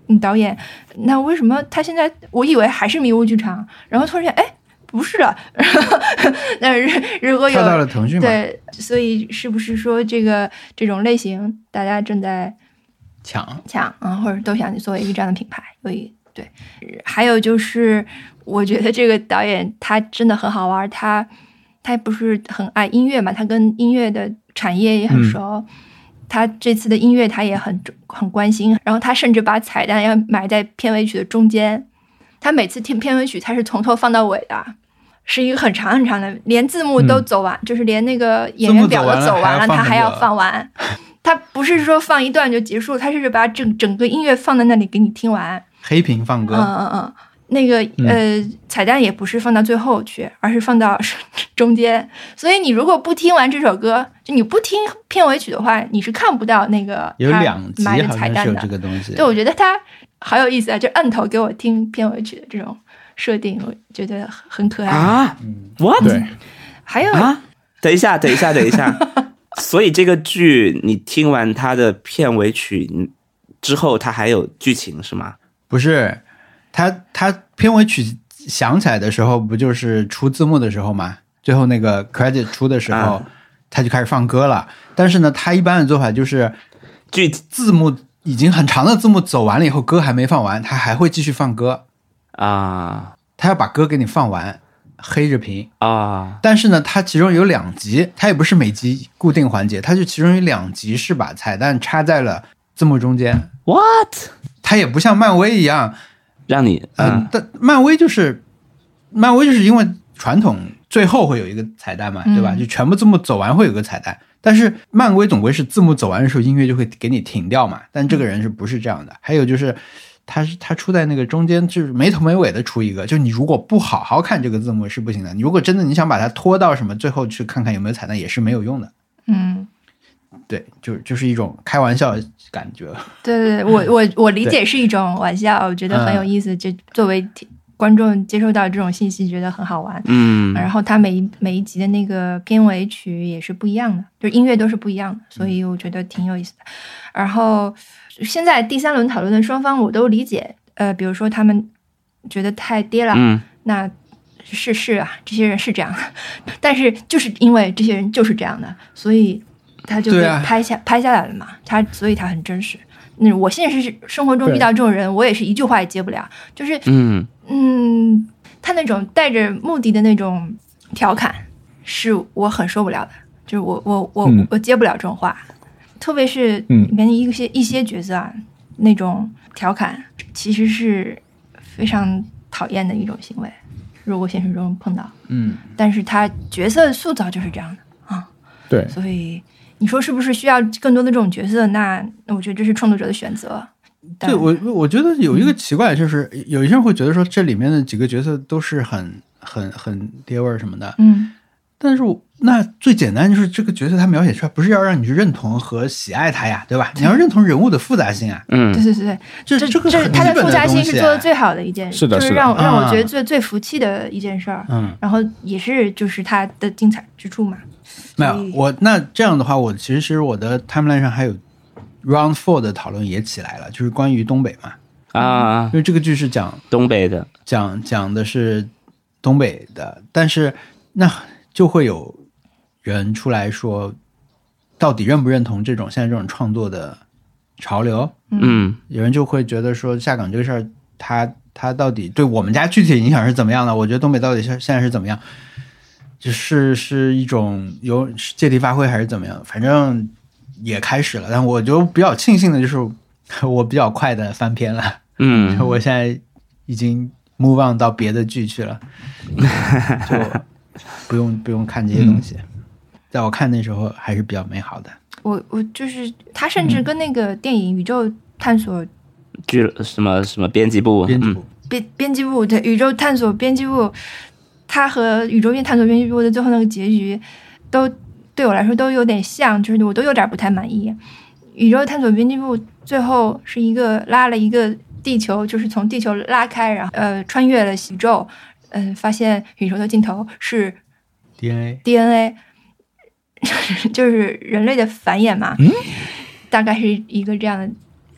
嗯导演，那为什么他现在我以为还是迷雾剧场，然后突然间哎不是了， 那如如果有跳到了腾讯嘛，对，所以是不是说这个这种类型大家正在抢抢啊，或者都想作为一个这样的品牌，所以对，还有就是我觉得这个导演他真的很好玩，他他不是很爱音乐嘛，他跟音乐的产业也很熟。他这次的音乐他也很很关心，然后他甚至把彩蛋要埋在片尾曲的中间。他每次听片尾曲，他是从头放到尾的，是一个很长很长的，连字幕都走完，就是连那个演员表都字幕走走完了完了，他还还要放要很久放完。他不是说放一段就结束，他是把整整个音乐放在那里给你听完。黑屏放歌，嗯嗯嗯，那个呃彩蛋也不是放到最后去，而是放到 中间。所以你如果不听完这首歌，就你不听片尾曲的话，你是看不到那个有它两集埋的好彩像是蛋有的这。个东西。对，我觉得他好有意思啊，就摁头给我听片尾曲的这种设定，我觉得很可爱。啊嗯，what 对，还有、啊？等一下，等一下，等一下。所以这个剧你听完它的片尾曲你之后，它还有剧情是吗？不是，他他片尾曲响起来的时候，不就是出字幕的时候吗？最后那个 credit 出的时候，他就开始放歌了。但是呢，他一般的做法就是剧字幕已经很长的字幕走完了以后，歌还没放完，他还会继续放歌，啊他要把歌给你放完，黑着屏。啊但是呢，它其中有两集，它也不是每集固定环节，它就其中有两集是把彩蛋插在了字幕中间。 ，what？它也不像漫威一样，让你嗯嗯，但漫威就是漫威，就是因为传统最后会有一个彩蛋嘛，对吧？嗯就全部字幕走完会有个彩蛋，但是漫威总归是字幕走完的时候音乐就会给你停掉嘛。但这个人是不是这样的？还有就是。他是他出在那个中间，就是没头没尾的出一个，就是你如果不好好看这个字幕是不行的。你如果真的你想把它拖到什么最后去看看有没有彩蛋，也是没有用的。嗯。对，就就是一种开玩笑的感觉。对对，对，我我我理解是一种玩笑，我觉得很有意思。就作为听观众接收到这种信息，觉得很好玩。嗯然后它每一每一集的那个片尾曲也是不一样的，就是音乐都是不一样的，所以我觉得挺有意思的。然后现在第三轮讨论的双方我都理解，呃，比如说他们觉得太跌了，嗯那是是啊，这些人是这样的， 但是就是因为这些人就是这样的，所以他就对被啊拍下、拍下来了嘛，他所以他很真实。那我现实生活中对遇到这种人，我也是一句话也接不了，就是嗯嗯，他那种带着目的的那种调侃，是我很受不了的，就是我我我、嗯我接不了这种话，特别是嗯里面的一些一些角色啊，那种调侃其实是非常讨厌的一种行为，如果现实中碰到，嗯，但是他角色塑造就是这样的，对，所以你说是不是需要更多的这种角色？那那我觉得这是创作者的选择。但对我，我觉得有一个奇怪，就是有一些人会觉得说这里面的几个角色都是很很很爹味儿什么的，嗯但是我那最简单就是这个角色他描写出来不是要让你去认同和喜爱他呀，对吧？你要认同人物的复杂性啊，嗯对对对对，这这这个这很他基本复杂东性西是啊做的最好的一件，是的就是是的让我让我觉得啊最最服气的一件事儿。嗯，然后也是就是他的精彩之处嘛。没所有以我那这样的话，我其实我的 timeline 上还有 round four 的讨论也起来了，就是关于东北嘛，啊因，为这个剧是讲东北的，讲讲的是东北的，但是那就会有人出来说，到底认不认同这种现在这种创作的潮流？嗯有人就会觉得说下岗这个事儿，它它到底对我们家具体影响是怎么样的？我觉得东北到底是现在是怎么样？就是是一种有是借题发挥还是怎么样？反正也开始了，但我就比较庆幸的就是我比较快的翻篇了。嗯，我现在已经 move on 到别的剧去了，就不用不用看这些东西。嗯在我看那时候还是比较美好的。我我就是他，甚嗯至跟那个电影《宇宙探索剧什么什么编辑部，编辑嗯部，编编辑部》的《宇宙探索编辑部》，他和《宇宙探索编辑部》的最后那个结局，都对我来说都有点像，就是我都有点不太满意。《宇宙探索编辑部》最后是一个拉了一个地球，就是从地球拉开，然后呃穿越了宇宙，嗯、发现宇宙的尽头是 DNA DNA，就是人类的繁衍嘛，大概是一个这样的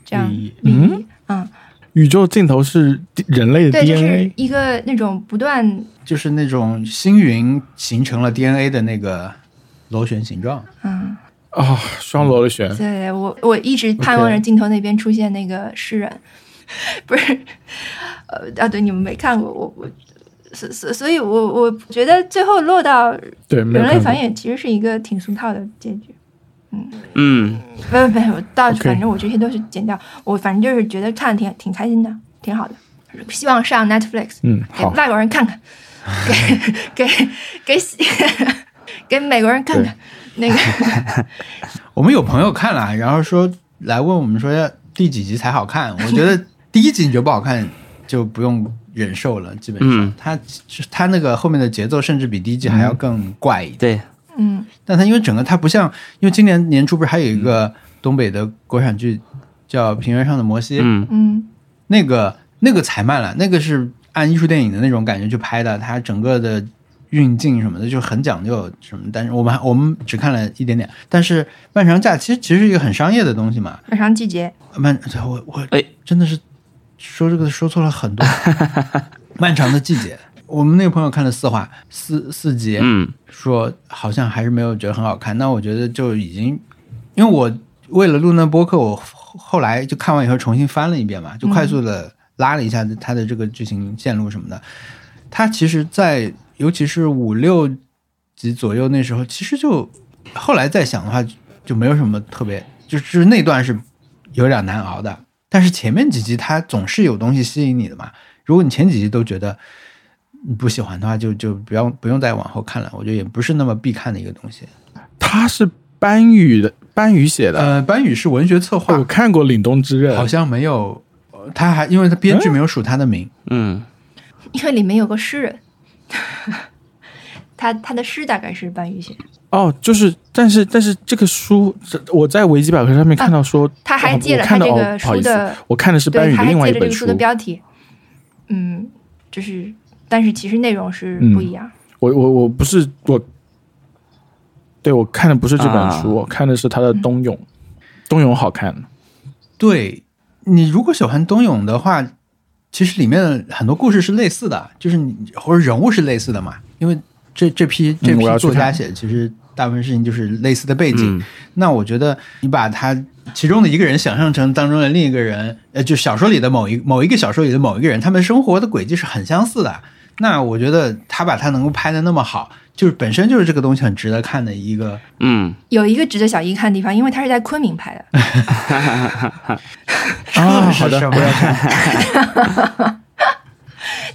这样利益利益嗯嗯宇宙尽头是人类的对，就是 DNA，一个那种不断就是那种星云形成了 DNA 的那个螺旋形状，嗯，啊，双螺旋。对我我一直盼望着镜头那边出现那个 诗人，不是，呃啊，对，你们没看过，我我。所所所以我，我觉得最后落到人对，没有类看过繁衍其实是一个挺俗套的结局。嗯，没有没有，到 OK 反正我这些都是剪掉。我反正就是觉得看的挺挺开心的，挺好的。希望上 Netflix，嗯，给好，外国人看看， 给给给西给美国人看看那个。我们有朋友看了，啊然后说来问我们说要第几集才好看。我觉 得第一集你觉得不好看，就不用忍受了。基本上嗯，它它那个后面的节奏甚至比第一季还要更怪一点。对，嗯，但它因为整个它不像，因为今年年初不是还有一嗯个东北的国产剧叫《平原上的摩西》，嗯嗯那个那个才慢了，那个是按艺术电影的那种感觉去拍的，它整个的运镜什么的就很讲究什么。但是我们还我们只看了一点点，但是《漫长假期》其实是一个很商业的东西嘛。马上季节，漫我我哎真的是说这个说错了很 多。漫长的季节，我们那个朋友看了四话四四集，嗯说好像还是没有觉得很好看。那我觉得就已经，因为我为了录那播客，我后后来就看完以后重新翻了一遍嘛，就快速的拉了一下它的这个剧情线路什么的。它其实在，尤其是五六集左右那时候，其实就后来再想的话，就没有什么特别，就是那段是有点难熬的。但是前面几集它总是有东西吸引你的嘛。如果你前几集都觉得你不喜欢的话就，就不要不用再往后看了。我觉得也不是那么必看的一个东西。他是班宇的，班宇写的。呃，班宇是文学策哦我划，看过《凛冬之刃好》，像没有，呃他还因为他编剧没有署他的名，嗯因为里面有个诗人， 他他的诗大概是半宇写的，哦，就是，但是但是这个书，这我在维基百科上面看到说，他还哦借了我他看这到个哦不好书意思的，，我看的是班对，宇他还另外借一着这本个书书的。标题，嗯，就是但是其实内容是不嗯一样。我我我不是我，对我看的不是这本啊书，我看的是他的《冬泳》，《冬泳》好看。对你如果喜欢冬泳的话，其实里面很多故事是类似的，就是你或者人物是类似的嘛。因为这这批这嗯批我要去作家看写，的其实大部分事情就是类似的背景。嗯那我觉得你把他其中的一个人想象成当中的另一个人，呃，就小说里的某一某一个小说里的某一个人，他们生活的轨迹是很相似的。那我觉得他把他能够拍的那么好，就是本身就是这个东西很值得看的一个嗯，有一个值得小姨看的地方，因为他是在昆明拍的，啊是好的什么要看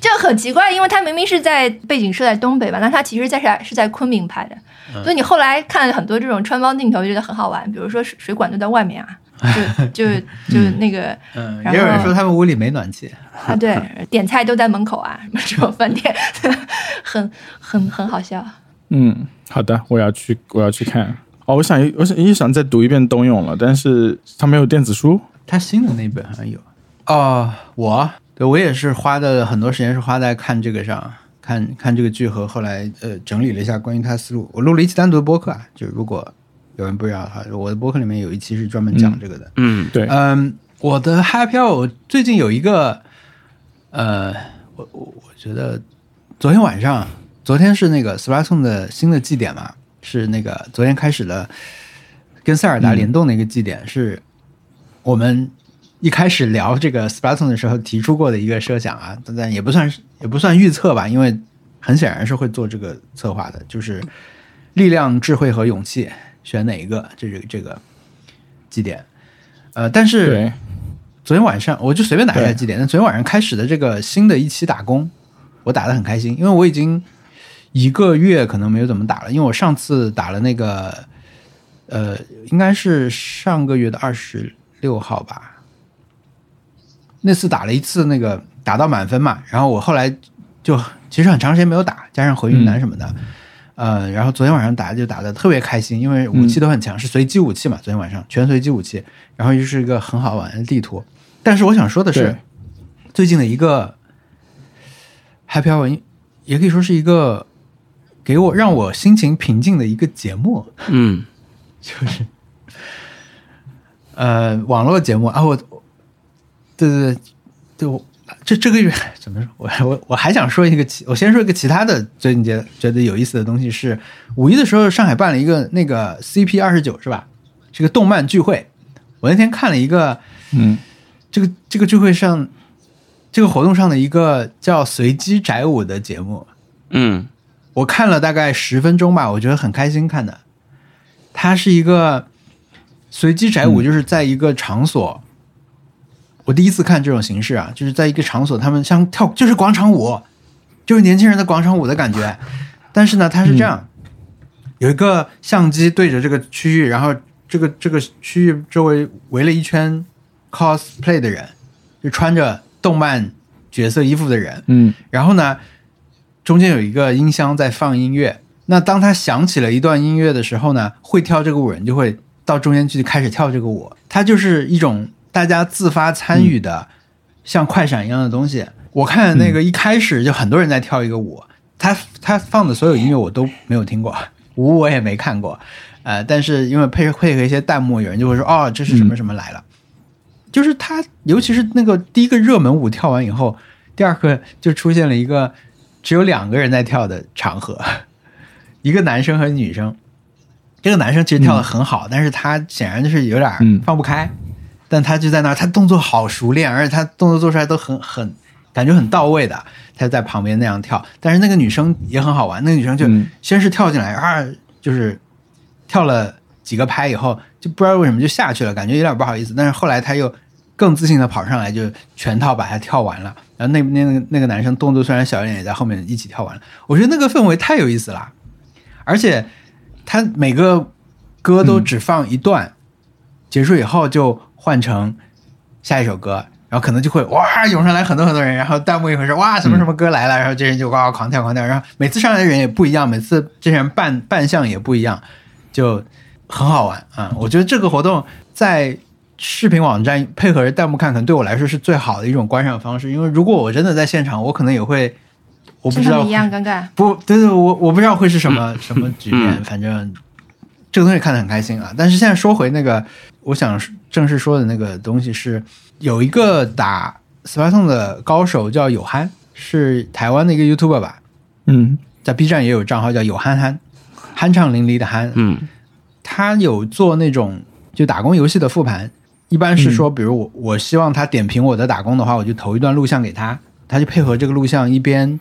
这很奇怪，因为他明明是在背景设在东北嘛，但他其实在是是在昆明拍的，所以你后来看很多这种穿帮镜头，就觉得很好玩，比如说水水管都在外面啊，就就就那个、 嗯，然后也有人说他们屋里没暖气， 啊，对，点菜都在门口啊，什么这种饭店，很很很好笑，嗯，好的，我要去，我要去看。哦，我想，我想一想再读一遍冬泳了，但是它没有电子书。他新的那一本好像有啊、我对我也是花的很多时间是花在看这个上，看看这个剧和后来呃整理了一下关于他思路。我录了一期单独的播客啊，就如果有人不知道的话，我的播客里面有一期是专门讲这个的。嗯啊对，嗯，我的 happy hour 我最近有一个，呃，我我我觉得昨天晚上，昨天是那个 s p a t o n 的新的祭典嘛，是那个昨天开始的跟塞尔达联动的一个祭典，是我们一开始聊这个 s p a t o n 的时候提出过的一个设想啊，但但也不算是也不算预测吧，因为很显然是会做这个策划的，就是力量、智慧和勇气选哪一个，这是这个祭典。呃，但是对，昨天晚上我就随便打一下对绩点。但昨天晚上开始的这个新的一期打工，我打的很开心，因为我已经一个月可能没有怎么打了，因为我上次打了那个，呃，应该是上个月的二十六号吧。那次打了一次那个打到满分嘛，然后我后来就 其实很长时间没有打，加上回云南什么的，呃，然后昨天晚上打就打的特别开心，因为武器都很强，是随机武器嘛，昨天晚上全随机武器，然后又是一个很好玩的地图。但是我想说的是对，最近的一个 Happy Hour，也可以说是一个给我让我心情平静的一个节目，嗯就是呃网络节目啊，我对对对对，我这这个月怎么说？我我我还想说一个其，我先说一个其他的最近觉觉得有意思的东西是，五一的时候上海办了一个那个 CP 二十九是吧？是个动漫聚会，我那天看了一个嗯，这个这个聚会上。这个活动上的一个叫“随机宅舞”的节目，嗯我看了大概十分钟吧，我觉得很开心看的。它是一个随机宅舞，就是在一个场所。我第一次看这种形式啊，就是在一个场所，他们像跳，就是广场舞，就是年轻人的广场舞的感觉。但是呢，它是这样，有一个相机对着这个区域，然后这个这个区域周围围了一圈 cosplay 的人，就穿着动漫角色衣服的人。嗯，然后呢，中间有一个音箱在放音乐。那当他响起了一段音乐的时候呢，会跳这个舞人就会到中间去开始跳这个舞。它就是一种大家自发参与的，像快闪一样的东西。我看那个一开始就很多人在跳一个舞，他他放的所有音乐我都没有听过， 舞我也没看过。呃，但是因为配配合一些弹幕，有人就会说哦，这是什么什么来了。就是他，尤其是那个第一个热门舞跳完以后，第二个就出现了一个只有两个人在跳的场合， 一个男生和女生。这个男生其实跳的很好，但是他显然就是有点儿嗯放不开，但他就在那儿，他动作好熟练，而且他动作做出来都很很感觉很到位的。他就在旁边那样跳，但是那个女生也很好玩，那个女生就嗯先是跳进来，啊，就是跳了几个拍以后，就不知道为什么就下去了，感觉有点不好意思。但是后来他又更自信的跑上来，就全套把它跳完了。然后那那那个那个男生动作虽然小一点，也在后面一起跳完了。我觉得那个氛围太有意思了，而且他每个歌都只放一段，结束以后就换成下一首歌，然后可能就会哇涌上来很多很多人，然后弹幕也会说哇什么什么歌来了，然后这人就哇哇狂跳狂跳，然后每次上来的人也不一样，每次这些人扮扮相也不一样，就很好玩啊、我觉得这个活动在视频网站配合着弹幕看，可能对我来说是最好的一种观赏方式，因为如果我真的在现场，我可能也会。我不像知他道们一样尴尬。不，对对，我我不知道会是什么什么局面，嗯反正这个东西看得很开心啊。但是现在说回那个，我想正式说的那个东西是，有一个打 s p a t o n 的高手叫有憨，是台湾的一个 YouTuber 吧，嗯，在 B 站也有账号叫有憨憨，酣畅淋漓的酣，嗯他有做那种就打工游戏的复盘，一般是说，比如我我希望他点评我的打工的话，我就投一段录像给他，他就配合这个录像一边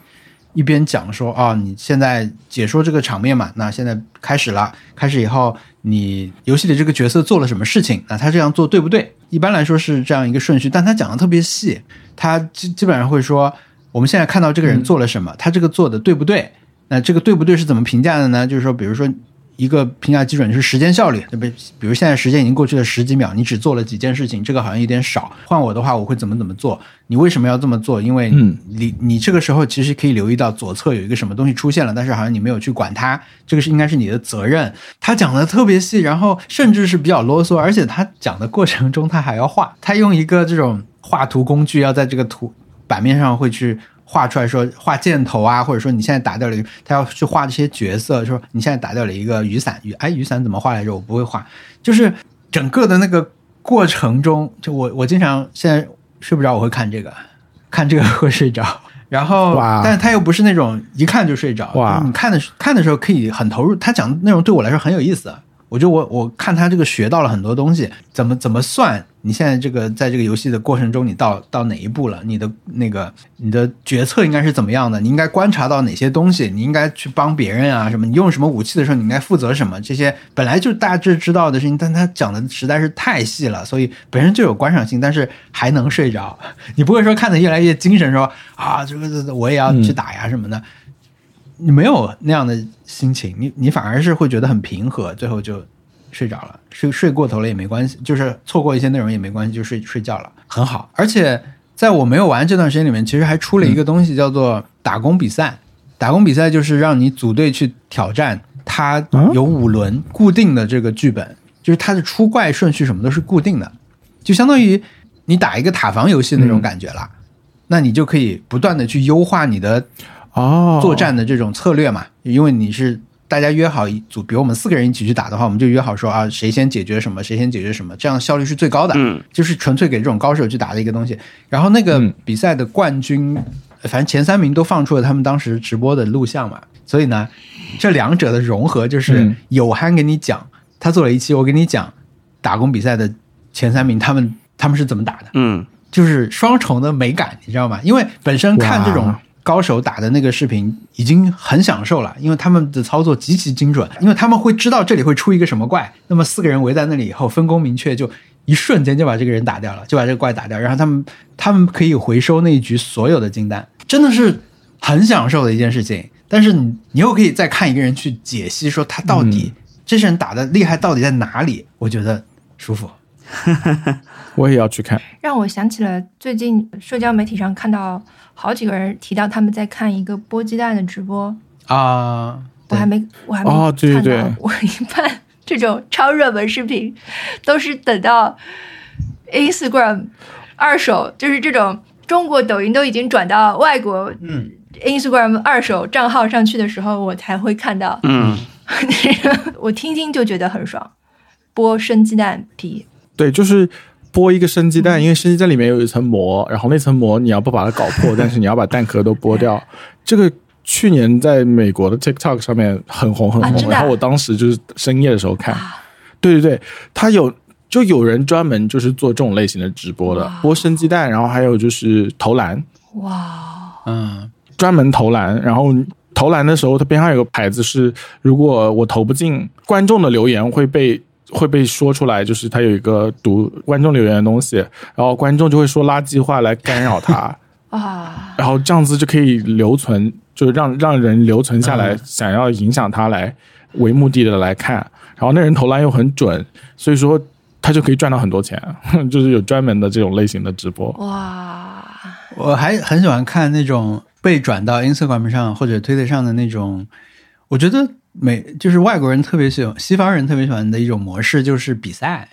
一边讲说，哦，你现在解说这个场面嘛，那现在开始了，开始以后你游戏里这个角色做了什么事情，那他这样做对不对？一般来说是这样一个顺序，但他讲的特别细，他基基本上会说，我们现在看到这个人做了什么，他这个做的对不对？那这个对不对是怎么评价的呢？就是说，比如说一个评价基准就是时间效率，对不对？比如现在时间已经过去了十几秒，你只做了几件事情，这个好像有点少。换我的话，我会怎么怎么做？你为什么要这么做？因为嗯你你这个时候其实可以留意到左侧有一个什么东西出现了，但是好像你没有去管它，这个是应该是你的责任。他讲的特别细，然后甚至是比较啰嗦，而且他讲的过程中他还要画，他用一个这种画图工具要在这个图版面上会去画出来说画箭头啊，或者说你现在打掉了一个，他要去画这些角色，说你现在打掉了一个雨伞，雨哎雨伞怎么画来着？我不会画，就是整个的那个过程中，就我我经常现在睡不着，我会看这个，看这个会睡着。然后哇，但是他又不是那种一看就睡着，哇就是你看的时看的时候可以很投入，他讲的内容对我来说很有意思。我觉得我我看他这个学到了很多东西，怎么怎么算？你现在这个在这个游戏的过程中，你到到哪一步了？你的那个你的决策应该是怎么样的？你应该观察到哪些东西？你应该去帮别人啊什么？你用什么武器的时候，你应该负啊责什么？这些本来就大致知道的事情，但他讲的实在是太细了，所以本身就有观赏性，但是还能睡着。你不会说看得越来越精神说，啊这个这个我也要去打呀什么的，你没有那样的心情，你你反而是会觉得很平和，最后就睡着了，睡睡过头了也没关系，就是错过一些内容也没关系，就睡睡觉了，很好。而且在我没有玩这段时间里面，其实还出了一个东西叫做打工比赛，打工比赛就是让你组队去挑战，它有五轮固定的这个剧本，就是它的出怪顺序什么都是固定的，就相当于你打一个塔防游戏那种感觉啦。那你就可以不断的去优化你的哦，作战的这种策略嘛，因为你是大家约好一组，比如我们四个人一起去打的话，我们就约好说啊，谁先解决什么，谁先解决什么，这样效率是最高的。嗯，就是纯粹给这种高手去打的一个东西。然后那个嗯比赛的冠军，呃反正前三名都放出了他们当时直播的录像嘛，所以呢，这两者的融合就是嗯有憨给你讲，他做了一期，我给你讲打工比赛的前三名，他们他们是怎么打的。嗯，就是双重的美感，你知道吗？因为本身看这种哇高手打的那个视频已经很享受了，因为他们的操作极其精准，因为他们会知道这里会出一个什么怪，那么四个人围在那里以后分工明确，就一瞬间就把这个人打掉了，就把这个怪打掉，然后他们他们可以回收那一局所有的金蛋，真的是很享受的一件事情。但是你你又可以再看一个人去解析说他到底、这些人打的厉害到底在哪里，我觉得舒服。我也要去看。让我想起了最近社交媒体上看到好几个人提到他们在看一个剥鸡蛋的直播，啊、我对还没我还没看到，哦对对对我一般这种超热门视频都是等到 Instagram 二手，就是这种中国抖音都已经转到外国嗯 Instagram 二手账号上去的时候，我才会看到。嗯， 我听听就觉得很爽，剥生鸡蛋皮，对，就是剥一个生鸡嗯蛋，因为生鸡蛋里面有一层膜，然后那层膜你要不把它搞 破，但是你要把蛋壳都剥掉。这个去年在美国的 TikTok 上面很红很啊真红，的啊然后我当时就是深夜的时候看。对对对，它有就有人专门就是做这种类型的直播的，剥生鸡蛋，然后还有就是投篮，哇，嗯。专门投篮，然后投篮的时候，它边上有个牌子是，如果我投不进，观众的留言会被会被说出来，就是他有一个读观众留言的东西，然后观众就会说垃圾话来干扰 他，啊，然后这样子就可以留存，就是让让人留存下来，想要影响他来为目的的来看，然后那人投篮又很准，所以说他就可以赚到很多钱， 就是有专门的这种类型的直播。哇，我还很喜欢看那种被转到 Instagram 上或者推特上的那种，我觉得美就是外国人特别喜欢，西方人特别喜欢的一种模式就是比赛，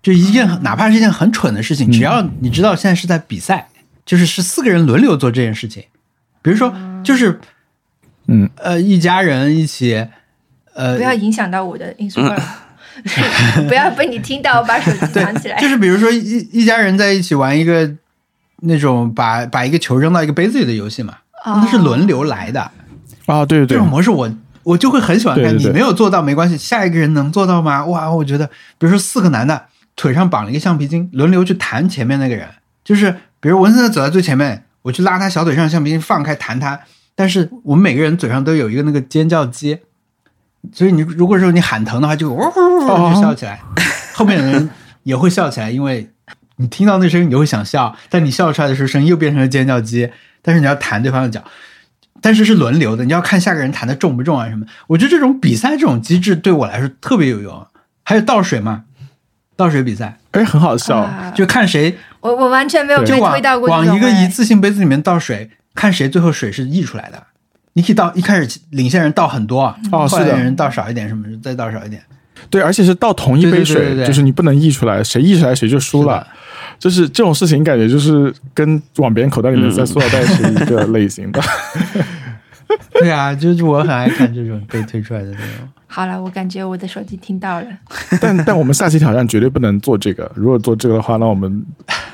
就一件嗯哪怕是一件很蠢的事情，只要你知道现在是在比赛，就是是四个人轮流做这件事情，比如说就是嗯呃一家人一起呃不要影响到我的 Instagram，、不 要被你听到，我把手机藏 起来。就是比如说一一家人在一起玩一个那种把把一个球扔到一个杯子里的游戏嘛，哦那是轮流来的。啊，对这对对，种模式我我就会很喜欢看。对对对你没有做到没关系，下一个人能做到吗？哇，我觉得，比如说四个男的腿上绑了一个橡皮筋，轮流去弹前面那个人，就是比如文森特走在最前面，我去拉他小腿上的橡皮筋放开弹他，但是我们每个人嘴上都有一个那个尖叫鸡，所以你如果说你喊疼的话，就呜呜呜呜就笑起来，后面的人也会笑起来，因为。你听到那声音，你就会想笑，但你笑出来的时候，声音又变成了尖叫鸡。但是你要弹对方的脚，但是是轮流的，你要看下个人弹的重不重啊什么。我觉得这种比赛这种机制对我来说特别有用。还有倒水嘛，倒水比赛哎，很好笑。啊就看谁我我完全没有被就往推到过这往种一个哎一次性杯子里面倒水，看谁最后水是溢出来的。你可以倒一开始领先人倒很多啊，哦后来是的人倒少一点，什么的再倒少一点。对，而且是倒同一对对杯对水，对对就是你不能溢出来，谁溢出来谁就输了。就是这种事情，感觉就是跟往别人口袋里嗯面塞塑料袋是一个类型 的。对啊，就是我很爱看这种被推出来的内容。好了，我感觉我的手机听到了。但但我们下期挑战绝对不能做这个，如果做这个的话，那我们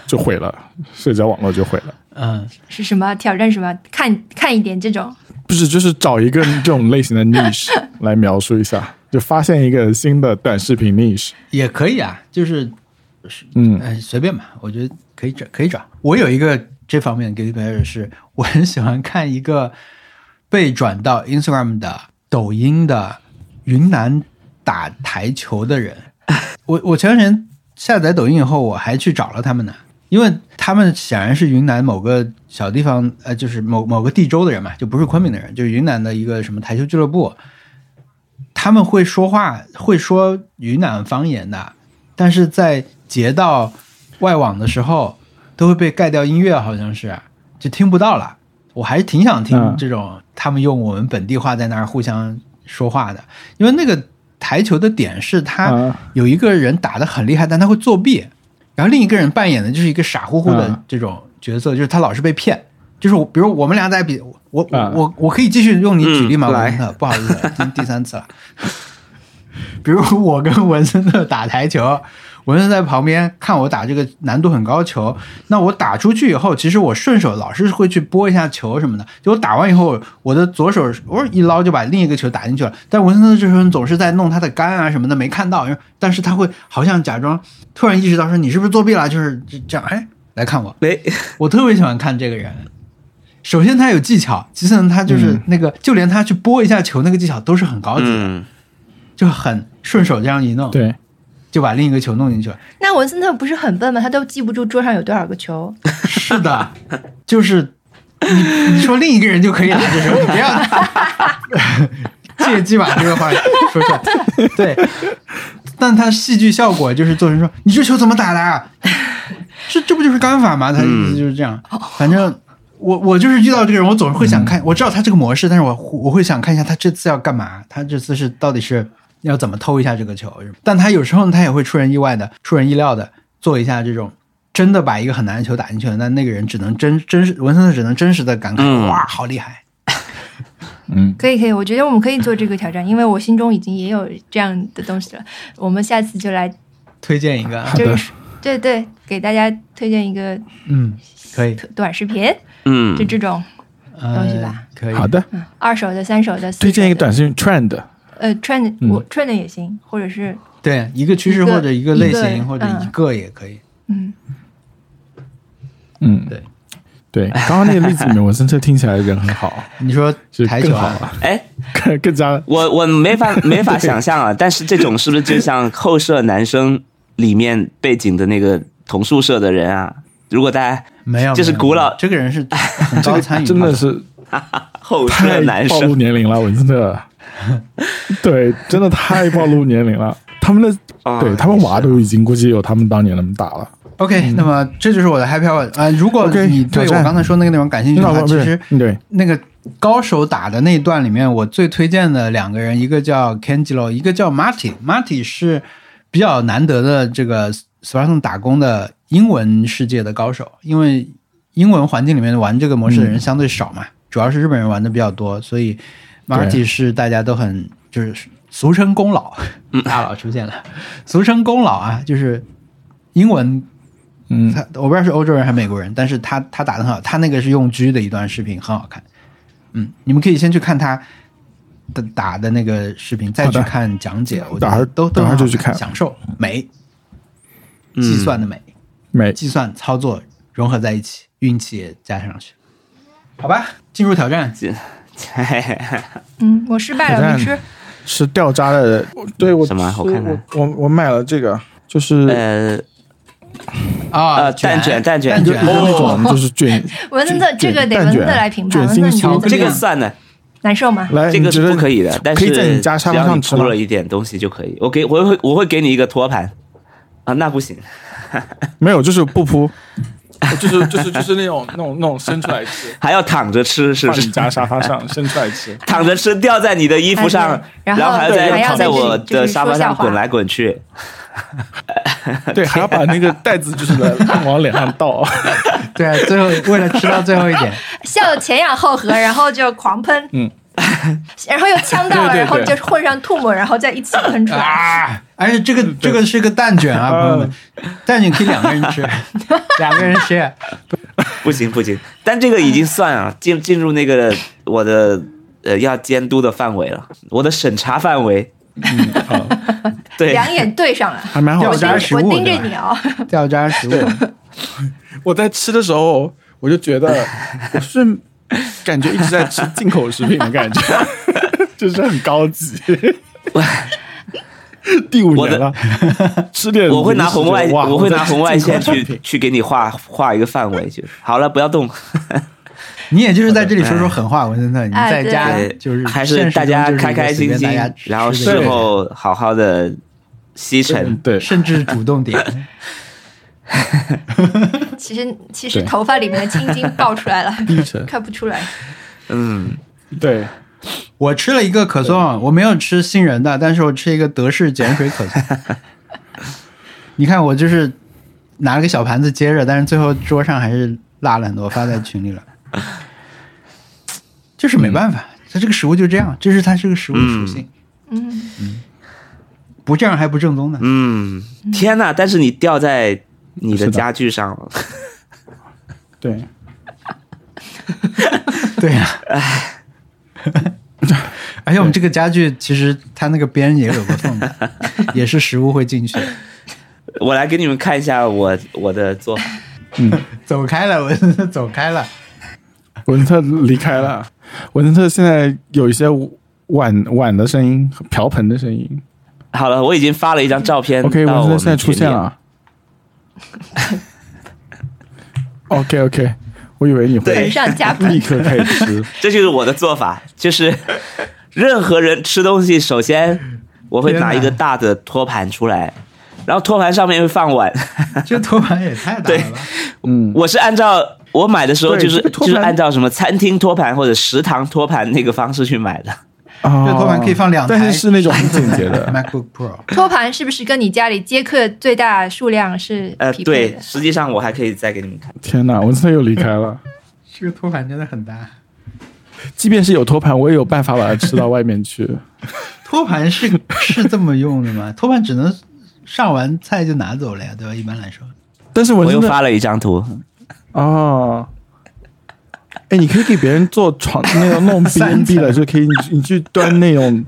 就毁了，社交网络就毁了。 嗯，是什么挑战什么？看看一点这种，不是，就是找一个这种类型的 niche 来描述一下，就发现一个新的短视频 niche。也可以啊，就是嗯，呃随便吧，我觉得可以找可以找。我有一个这方面的 guilty pleasure 是，我很喜欢看一个被转到 Instagram 的抖音的云南打台球的人。我我前段时间下载抖音以后，我还去找了他们呢，因为他们显然是云南某个小地方，呃，就是某某个地州的人嘛，就不是昆明的人，就是云南的一个什么台球俱乐部。他们会说话，会说云南方言的，但是在截到外网的时候，都会被盖掉音乐，好像是就听不到了。我还是挺想听嗯这种、他们用我们本地话在那儿互相说话的，因为那个台球的点是他、啊，有一个人打得很厉害，但他会作弊，然后另一个人扮演的就是一个傻乎乎的嗯这种角色，就是他老是被骗。就是我，比如我们俩在比，我我嗯我我可以继续用你举例吗？嗯文森特，不好意思， 第第三次了。比如我跟文森特打台球，文森特在旁边看我打这个难度很高的球，那我打出去以后，其实我顺手老是会去拨一下球什么的。就我打完以后，我的左手偶尔一捞就把另一个球打进去了。但文森特这时候总是在弄他的杆啊什么的，没看到。然后但是他会好像假装突然意识到说你是不是作弊了，就是这这样，哎，来看我。没，我特别喜欢看这个人。首先他有技巧，其次呢他就是那个，就连他去拨一下球那个技巧都是很高级的，嗯，就很顺手这样一弄，对，就把另一个球弄进去了。那文森特不是很笨吗？他都记不住桌上有多少个球。是的，就是你你说另一个人就可以了，这时候你不要 借机把这个话说出来。对，但他戏剧效果就是做成说你这球怎么打的、啊？ 这这不就是杆法吗？他的意思就是这样。反正我我就是遇到这个人，我总是会想看，我知道他这个模式，但是我我会想看一下他这次要干嘛，他这次是到底是要怎么偷一下这个球。但他有时候呢他也会出人意外的、出人意料的做一下这种。真的把一个很难的球打进去了，那那个人只能真真实，文森特只能真实的感慨：嗯哇，好厉害！嗯，可以可以，我觉得我们可以做这个挑战，因为我心中已经也有这样的东西了。我们下次就来，推荐一个，就的是对对，给大家推荐一个嗯，可 以，短视频，嗯就，这种呃东西吧，可以，好的，嗯二手的、三手的，推荐一个四手的短视频 trend，呃 trend，嗯我 trend 也行，或者是对，一个趋势一个或者一个类一型个或者一个也可以。嗯，嗯，对对，刚刚那个例子里面，文森特听起来人很好，你说就台嗯更球好啊，了，哎， 更更加我我没法没法想象啊，但是这种是不是就像后舍男生里面背景的那个同宿舍的人啊？如果大家没有，这是没有古老这个人是很这高个 参与，真的是后舍太男暴露生，年龄了，文森特。 对，真的太暴露年龄了。他们的啊对他们娃也都已经估计有他们当年那么大了。 OK。那么这就是我的 Happy Hour 啊！如果 OK，你对挑我战刚才说那个内容嗯感兴趣的话，不其是实对，那个高手打的那一段里面，我最推荐的两个人，一个叫 Kangelo，一个叫 Marty。Marty 是比较难得的这个 Spartan 打工的英文世界的高手，因为英文环境里面玩这个模式的人相对少嘛，主要是日本人玩的比较多，所以 Marty 是大家都很就是俗称功劳，大佬出现了，俗称功劳啊，就是英文嗯他我不知道是欧洲人还是美国人，但是他他打的很好，他那个是用狙的一段视频，很好看。嗯，你们可以先去看他的打的那个视频，再好去的看讲解。我觉等会得儿都都等会儿很好就去看享受美，计算的美，没计算操作融合在一起，运气也加上去，好吧？进入挑战，嗯，我失败挑了，战你吃是掉渣的。对我什么啊吃我看看 哎我我我买了这个，就是呃，啊呃，蛋卷蛋卷蛋卷哦那种就是 卷，蚊子这个得蛋蚊子卷来评判，卷蚊子心你觉得巧克怎力这么个样？算的，难受吗？哎来，这你个觉是得不可以的。但是可以在你家沙发上吃只要吗你铺了一点东西就可以。我给我会我会给你一个托盘啊，那不行。没有，就是不 铺，就是就是就是那种那种那种伸出来吃，还要躺着吃，是放不你是？家沙发上伸出来吃。躺着吃，掉在你的衣服上哎，对然后后还对还要在在在这里我就是的沙说发笑上话滚来滚去。 对，还要把那个袋子 就是来往脸上 倒。对啊，最后为了吃到最后一点， 笑前仰后合，然后就狂喷，嗯， 然后又呛到了，对对对然后就混上吐沫，然后再一起喷出 来。啊！而且这个这个是个蛋卷啊，朋友们，蛋卷可以两个人吃， 两个人吃。 不行不行，但这个已经算啊，进进入那个我的呃要监督的范围了，我的审查范围。嗯好， 对，两眼对上了，还蛮好掉我吃盯渣食我物盯着对吧你哦， 掉渣食物， 我在吃的时候，我就觉 得我是感觉一直在吃进口食品的感觉， 就是很高级。 第五我年的了，吃点我会拿零食红外，觉得哇我会在拿吃红外进线口产去品去给你画画一个范围，就好了，不 要动。你也就是在这里说说狠话，文森特，你哎在家对就是还现是实大中家就是一个开随开心便心大家，然后吃的事一个后好好的吸嗯尘。对，甚至主动点，其实其实对头发里面的青筋爆出 来了，看不出来。嗯，对，我吃了一个可颂，我没有吃杏仁的，但是我吃一个德式碱水可颂。 你看，我就是拿了个小盘子接着，但是最后桌上还是落了很多，发在群 里了。就是没办法，它这个食物就这样，这是它这个食物的属性，嗯，不这样还不正宗呢。嗯，天哪！但是你掉在你的是的家具上了，对，对呀、 而且我们这个家具其实它那个边也有个缝 的，也是食物会进去的。我来给你们看一下我我的做法。走开了，我走开 了。文特离开了。文特现在有一些碗碗的声音、瓢盆的声音。好了，我已经发了一张照片 OK，到文我特们现在出群里现。了。OK OK，我以为你 会粉上加 立粉，刻开始 吃。这就是我的做法，就是 任何人吃东西，首先我会天拿一哪个大的托盘出来，然后托盘上面会放碗。这托盘也太大了吧！嗯，我是按照我买的时候对就是这个托就盘是按照什么餐厅托盘或者食堂托盘那个方式去买的。哦这托盘可以放两台但是是那种很简洁的。 MacBook Pro，托盘是不是跟你家里接客最大数量是呃，匹配对，的？实际上我还可以再给你们看。天哪，文特又离开了。这个托盘真的很大。即便是有托盘，我也有办法把它吃到外面去。托盘是 是这么用的吗？托盘只能上完菜就拿走了呀，对吧？一般来说，但是文我又特发了一张图，嗯哦，哎，你可以给别人做床那种那种 B 三层 N B 的，就可以你你去端 那种，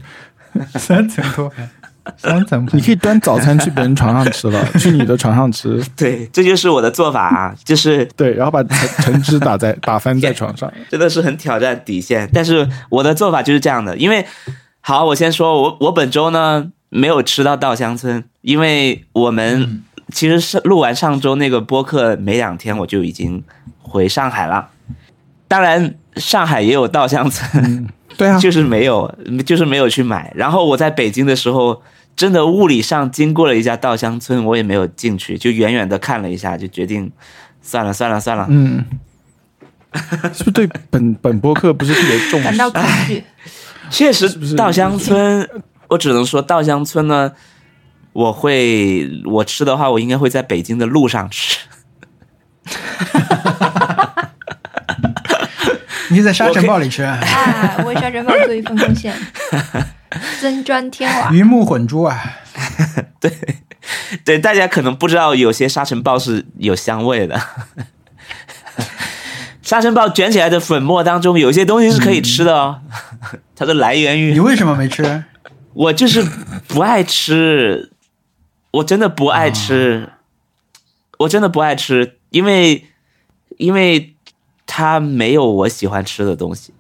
三层托盘，三层盘你可以端早餐去别人床上吃了，去你的床上吃，对，这就是我的做法啊，就是对，然后把橙橙汁打 在打翻在床上。真的是很挑战底线。但是我的做法就是这样的，因为好，我先说，我我本周呢没有吃到稻香村，因为我们其实是录完上周那个播客没两天，我就已经回上海了。当然，上海也有稻香村，对啊，就是没有，就是没有去买。然后我在北京的时候，真的物理上经过了一下稻香村，我也没有进去，就远远的看了一下，就决定算了算了算了，嗯，是不是对本 本播客不是特别重感视？到恐惧。确是不是实，稻香村，我只能说稻香村呢，我会我吃的话，我应该会在北京的路上吃。 你可以在沙尘暴里吃啊，啊，为沙尘暴做一份贡 献，增砖添瓦。鱼目混珠啊！对，大家可能不知道，有些沙尘暴是有香味的。 沙尘暴卷起来的粉末当中，有一些东西是可以吃的哦，嗯它的来源你于为什么没吃？我就是不爱吃，我真的不爱吃，啊我真的不爱吃，因为因为它没有我喜欢吃的东西，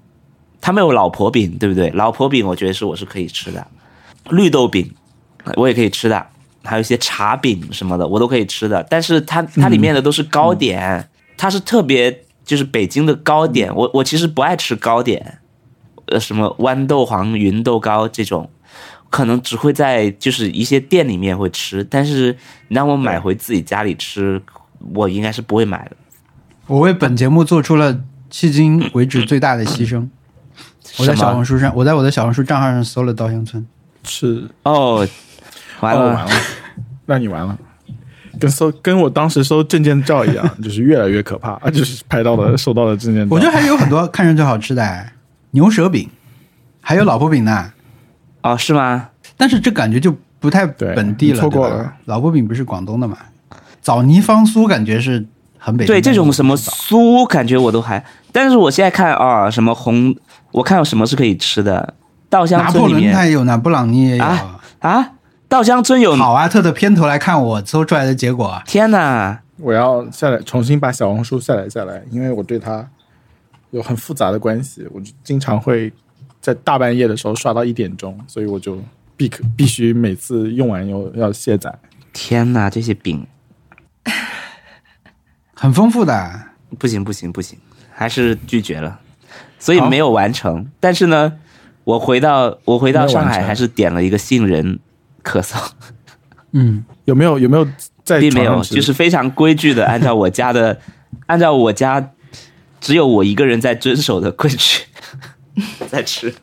它没有老婆呃饼，对不对？老婆饼我觉得是我是可以吃的，绿豆饼我也可以吃的，还有一些茶饼什么的，我都可以吃的。但是它它里面的都是糕点，它是特别就是北京的糕点。我我其实不爱吃糕点，呃，什么豌豆黄、芸豆糕这种，可能只会在就是一些店里面会吃。但是你让我买回自己家里吃，我应该是不会买的。我为本节目做出了迄今为止最大的牺牲。我在什么小红书上，我在我的小红书账号上搜了稻香村，是哦，完哦了，完了，啊那你完了，跟搜跟我当时搜证件照一样，就是越来越可怕啊！ 就是拍到的、收到的证件照，我觉得还有很多看上去好吃的、哎，牛舌饼，还有老婆饼呢。哦，是吗？但是这感觉就不太对本地了，错过对吧了。老婆饼不是广东的嘛？枣泥方酥感觉是很北京的对这种什么酥，感觉我都还，但是我现在看啊、什么红，我看有什么是可以吃的。稻香拿村破里仑它面也有，拿布朗尼也有。啊啊，稻香村有，好啊，特的片头来看我搜出来的结果啊，天哪！我要下来重新把小红书下载下来，因为我对它有很复杂的关系，我就经常会在大半夜的时候刷到一点钟，所以我就必可必须每次用完又要卸载。天哪，这些饼很丰富的。不行不行不行，还是拒绝了，所以没有完成。但是呢，我回到我回到没有上完海，成还是点了一个杏仁可颂，嗯，有没有有没有在并没床上有，吃就是非常规矩的，按照我家的， 按照我家只有我一个人在遵守的规矩 在吃。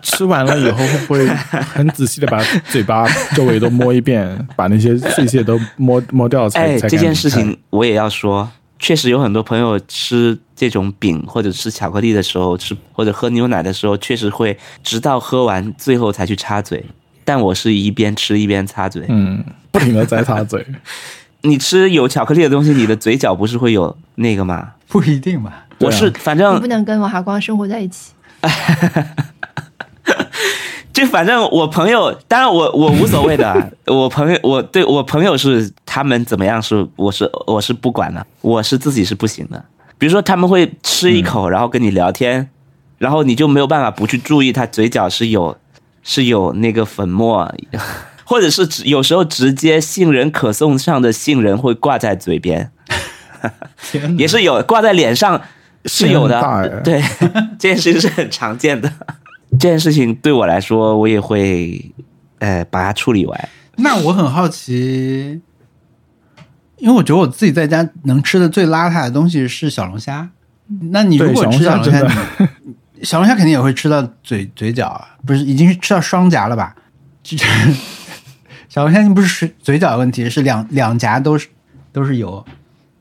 吃完了以后会不会很仔细的把嘴巴周围都摸一遍，把那些碎屑都摸摸掉才？哎，才这敢件事看情我也要说，确实有很多朋友吃这种饼或者吃巧克力的时候，吃或者喝牛奶的时候，确实会直到喝完最后才去插嘴。但我是一边吃一边插嘴。嗯，不停的在擦嘴，你吃有巧克力的东西，你的嘴角不是会有那个吗？不一定吧？对我啊是反你正不能跟王哈光生活在一起。就反正我朋友，当然我我无所谓的，啊我朋友我对我朋友是他们怎么样是我是我是不管的，我是自己是不行的。比如说他们会吃一口，然后跟你聊天，然后你就没有办法不去注意他嘴角是有是有那个粉末，或者是只有时候直接杏仁可颂上的杏仁会挂在嘴边，天也是有挂在脸上是有的，真大哎对， 这件事情是很常见的。这件事情对我来说，我也会呃把它处理完。那我很好奇，因为我觉得我自己在家能吃的最邋遢的东西是小龙虾。那你如果对吃小小龙龙虾，虾你 小龙虾肯定也会吃到嘴嘴角啊，不是已经是吃到双颊了吧？ 这小龙虾你不是嘴角的问题，是两两颊都是都是油。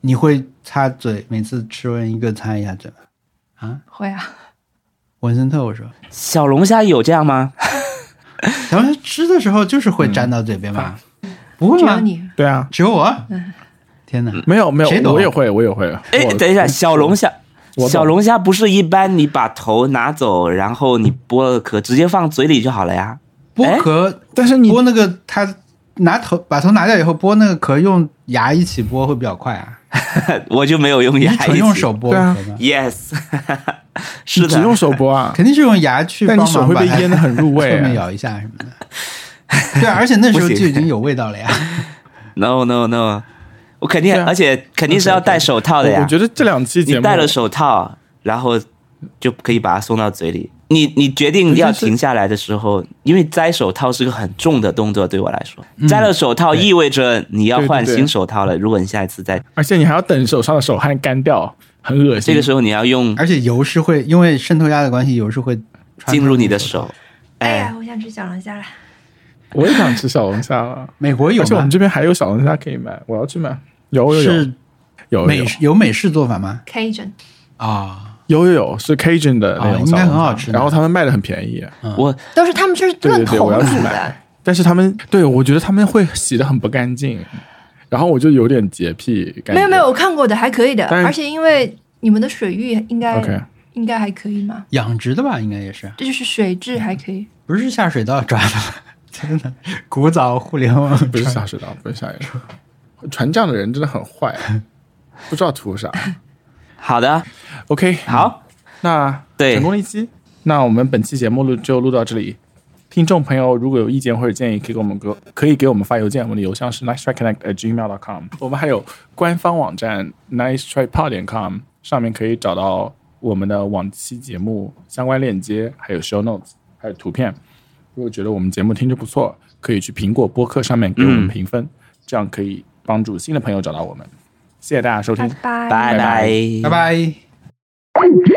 你会擦嘴，每次吃完一个擦一下嘴吗？会啊，文森特，我说小龙虾有这样吗？小龙虾吃的时候就是会沾到嘴边吧？不会嗯只吗有？你嗯对啊，只有我？天哪！没有没谁有，懂我也会，我也会。哎 我，等一下，小龙虾，我懂小龙虾不是一般你把头拿走，然后你剥了壳，直接放嘴里就好了呀？ 哎剥壳，但是你剥那个它拿头把头拿掉以后剥那个壳，用牙一起剥会比较快 啊。我就没有用你牙是一起，纯用手剥对啊壳吗？ ？Yes， 你是只用的，手剥 啊，肯定是用牙去帮但你忙手会被把它腌得很入味啊 侧面咬一下什么的。对啊，而且那时候不行就已经有味道了呀。 No No No，我肯定，对啊而且肯定是要戴手套的我呀我。觉得这两期节你目戴了手套，然后就可以把它送到嘴里。你你决定要停下来的时候，因为摘手套是个很重的动作，对我来说，摘了手套意味着你要换嗯对对对新手套了。如果你下一次再，而且你还要等手上的手汗干掉，很恶心。这个时候你要用而且油是会因为渗透压的关系，油是会穿进入你的透手，哎哎呀，，我想吃小龙虾了。我也想吃小龙虾 了，美国有而且我吗们？这边还有小龙虾可以买，我要去买。有有有是有美有有美式做法吗？ Cajun，啊，有有有是 Cajun 的那哦种应小龙虾，该很好吃的然后他们卖的很便宜，我都是他们就是对论对对，头我要去煮的买。。但是他们对我觉得他们会洗的很不干净，然后我就有点洁癖。感觉没有没有，我看过的还可以的，但是而且因为你们的水域应该，OK，应该还可以嘛，养殖的吧，应该也是，这就是水质还可以。不是下水道抓的吧？ 真的，古早互联网不是下水道，不是下水道，船匠的人真的很坏，不知道图啥。好的 OK，，好，那对成功了一期，那我们本期节目录就录到这里。听众朋友如果有意见或者建议，可以给我们个可以给我们发邮件，我们的邮箱是 nice try connect at gmail com。我们还有官方网站 nice try pod 点 com，上面可以找到我们的往期节目相关链接，还有 show notes，还有图片。如果觉得我们节目听着不错，可以去苹果播客上面给我们评分，这样可以帮助新的朋友找到我们。谢谢大家收听拜。拜拜拜拜拜。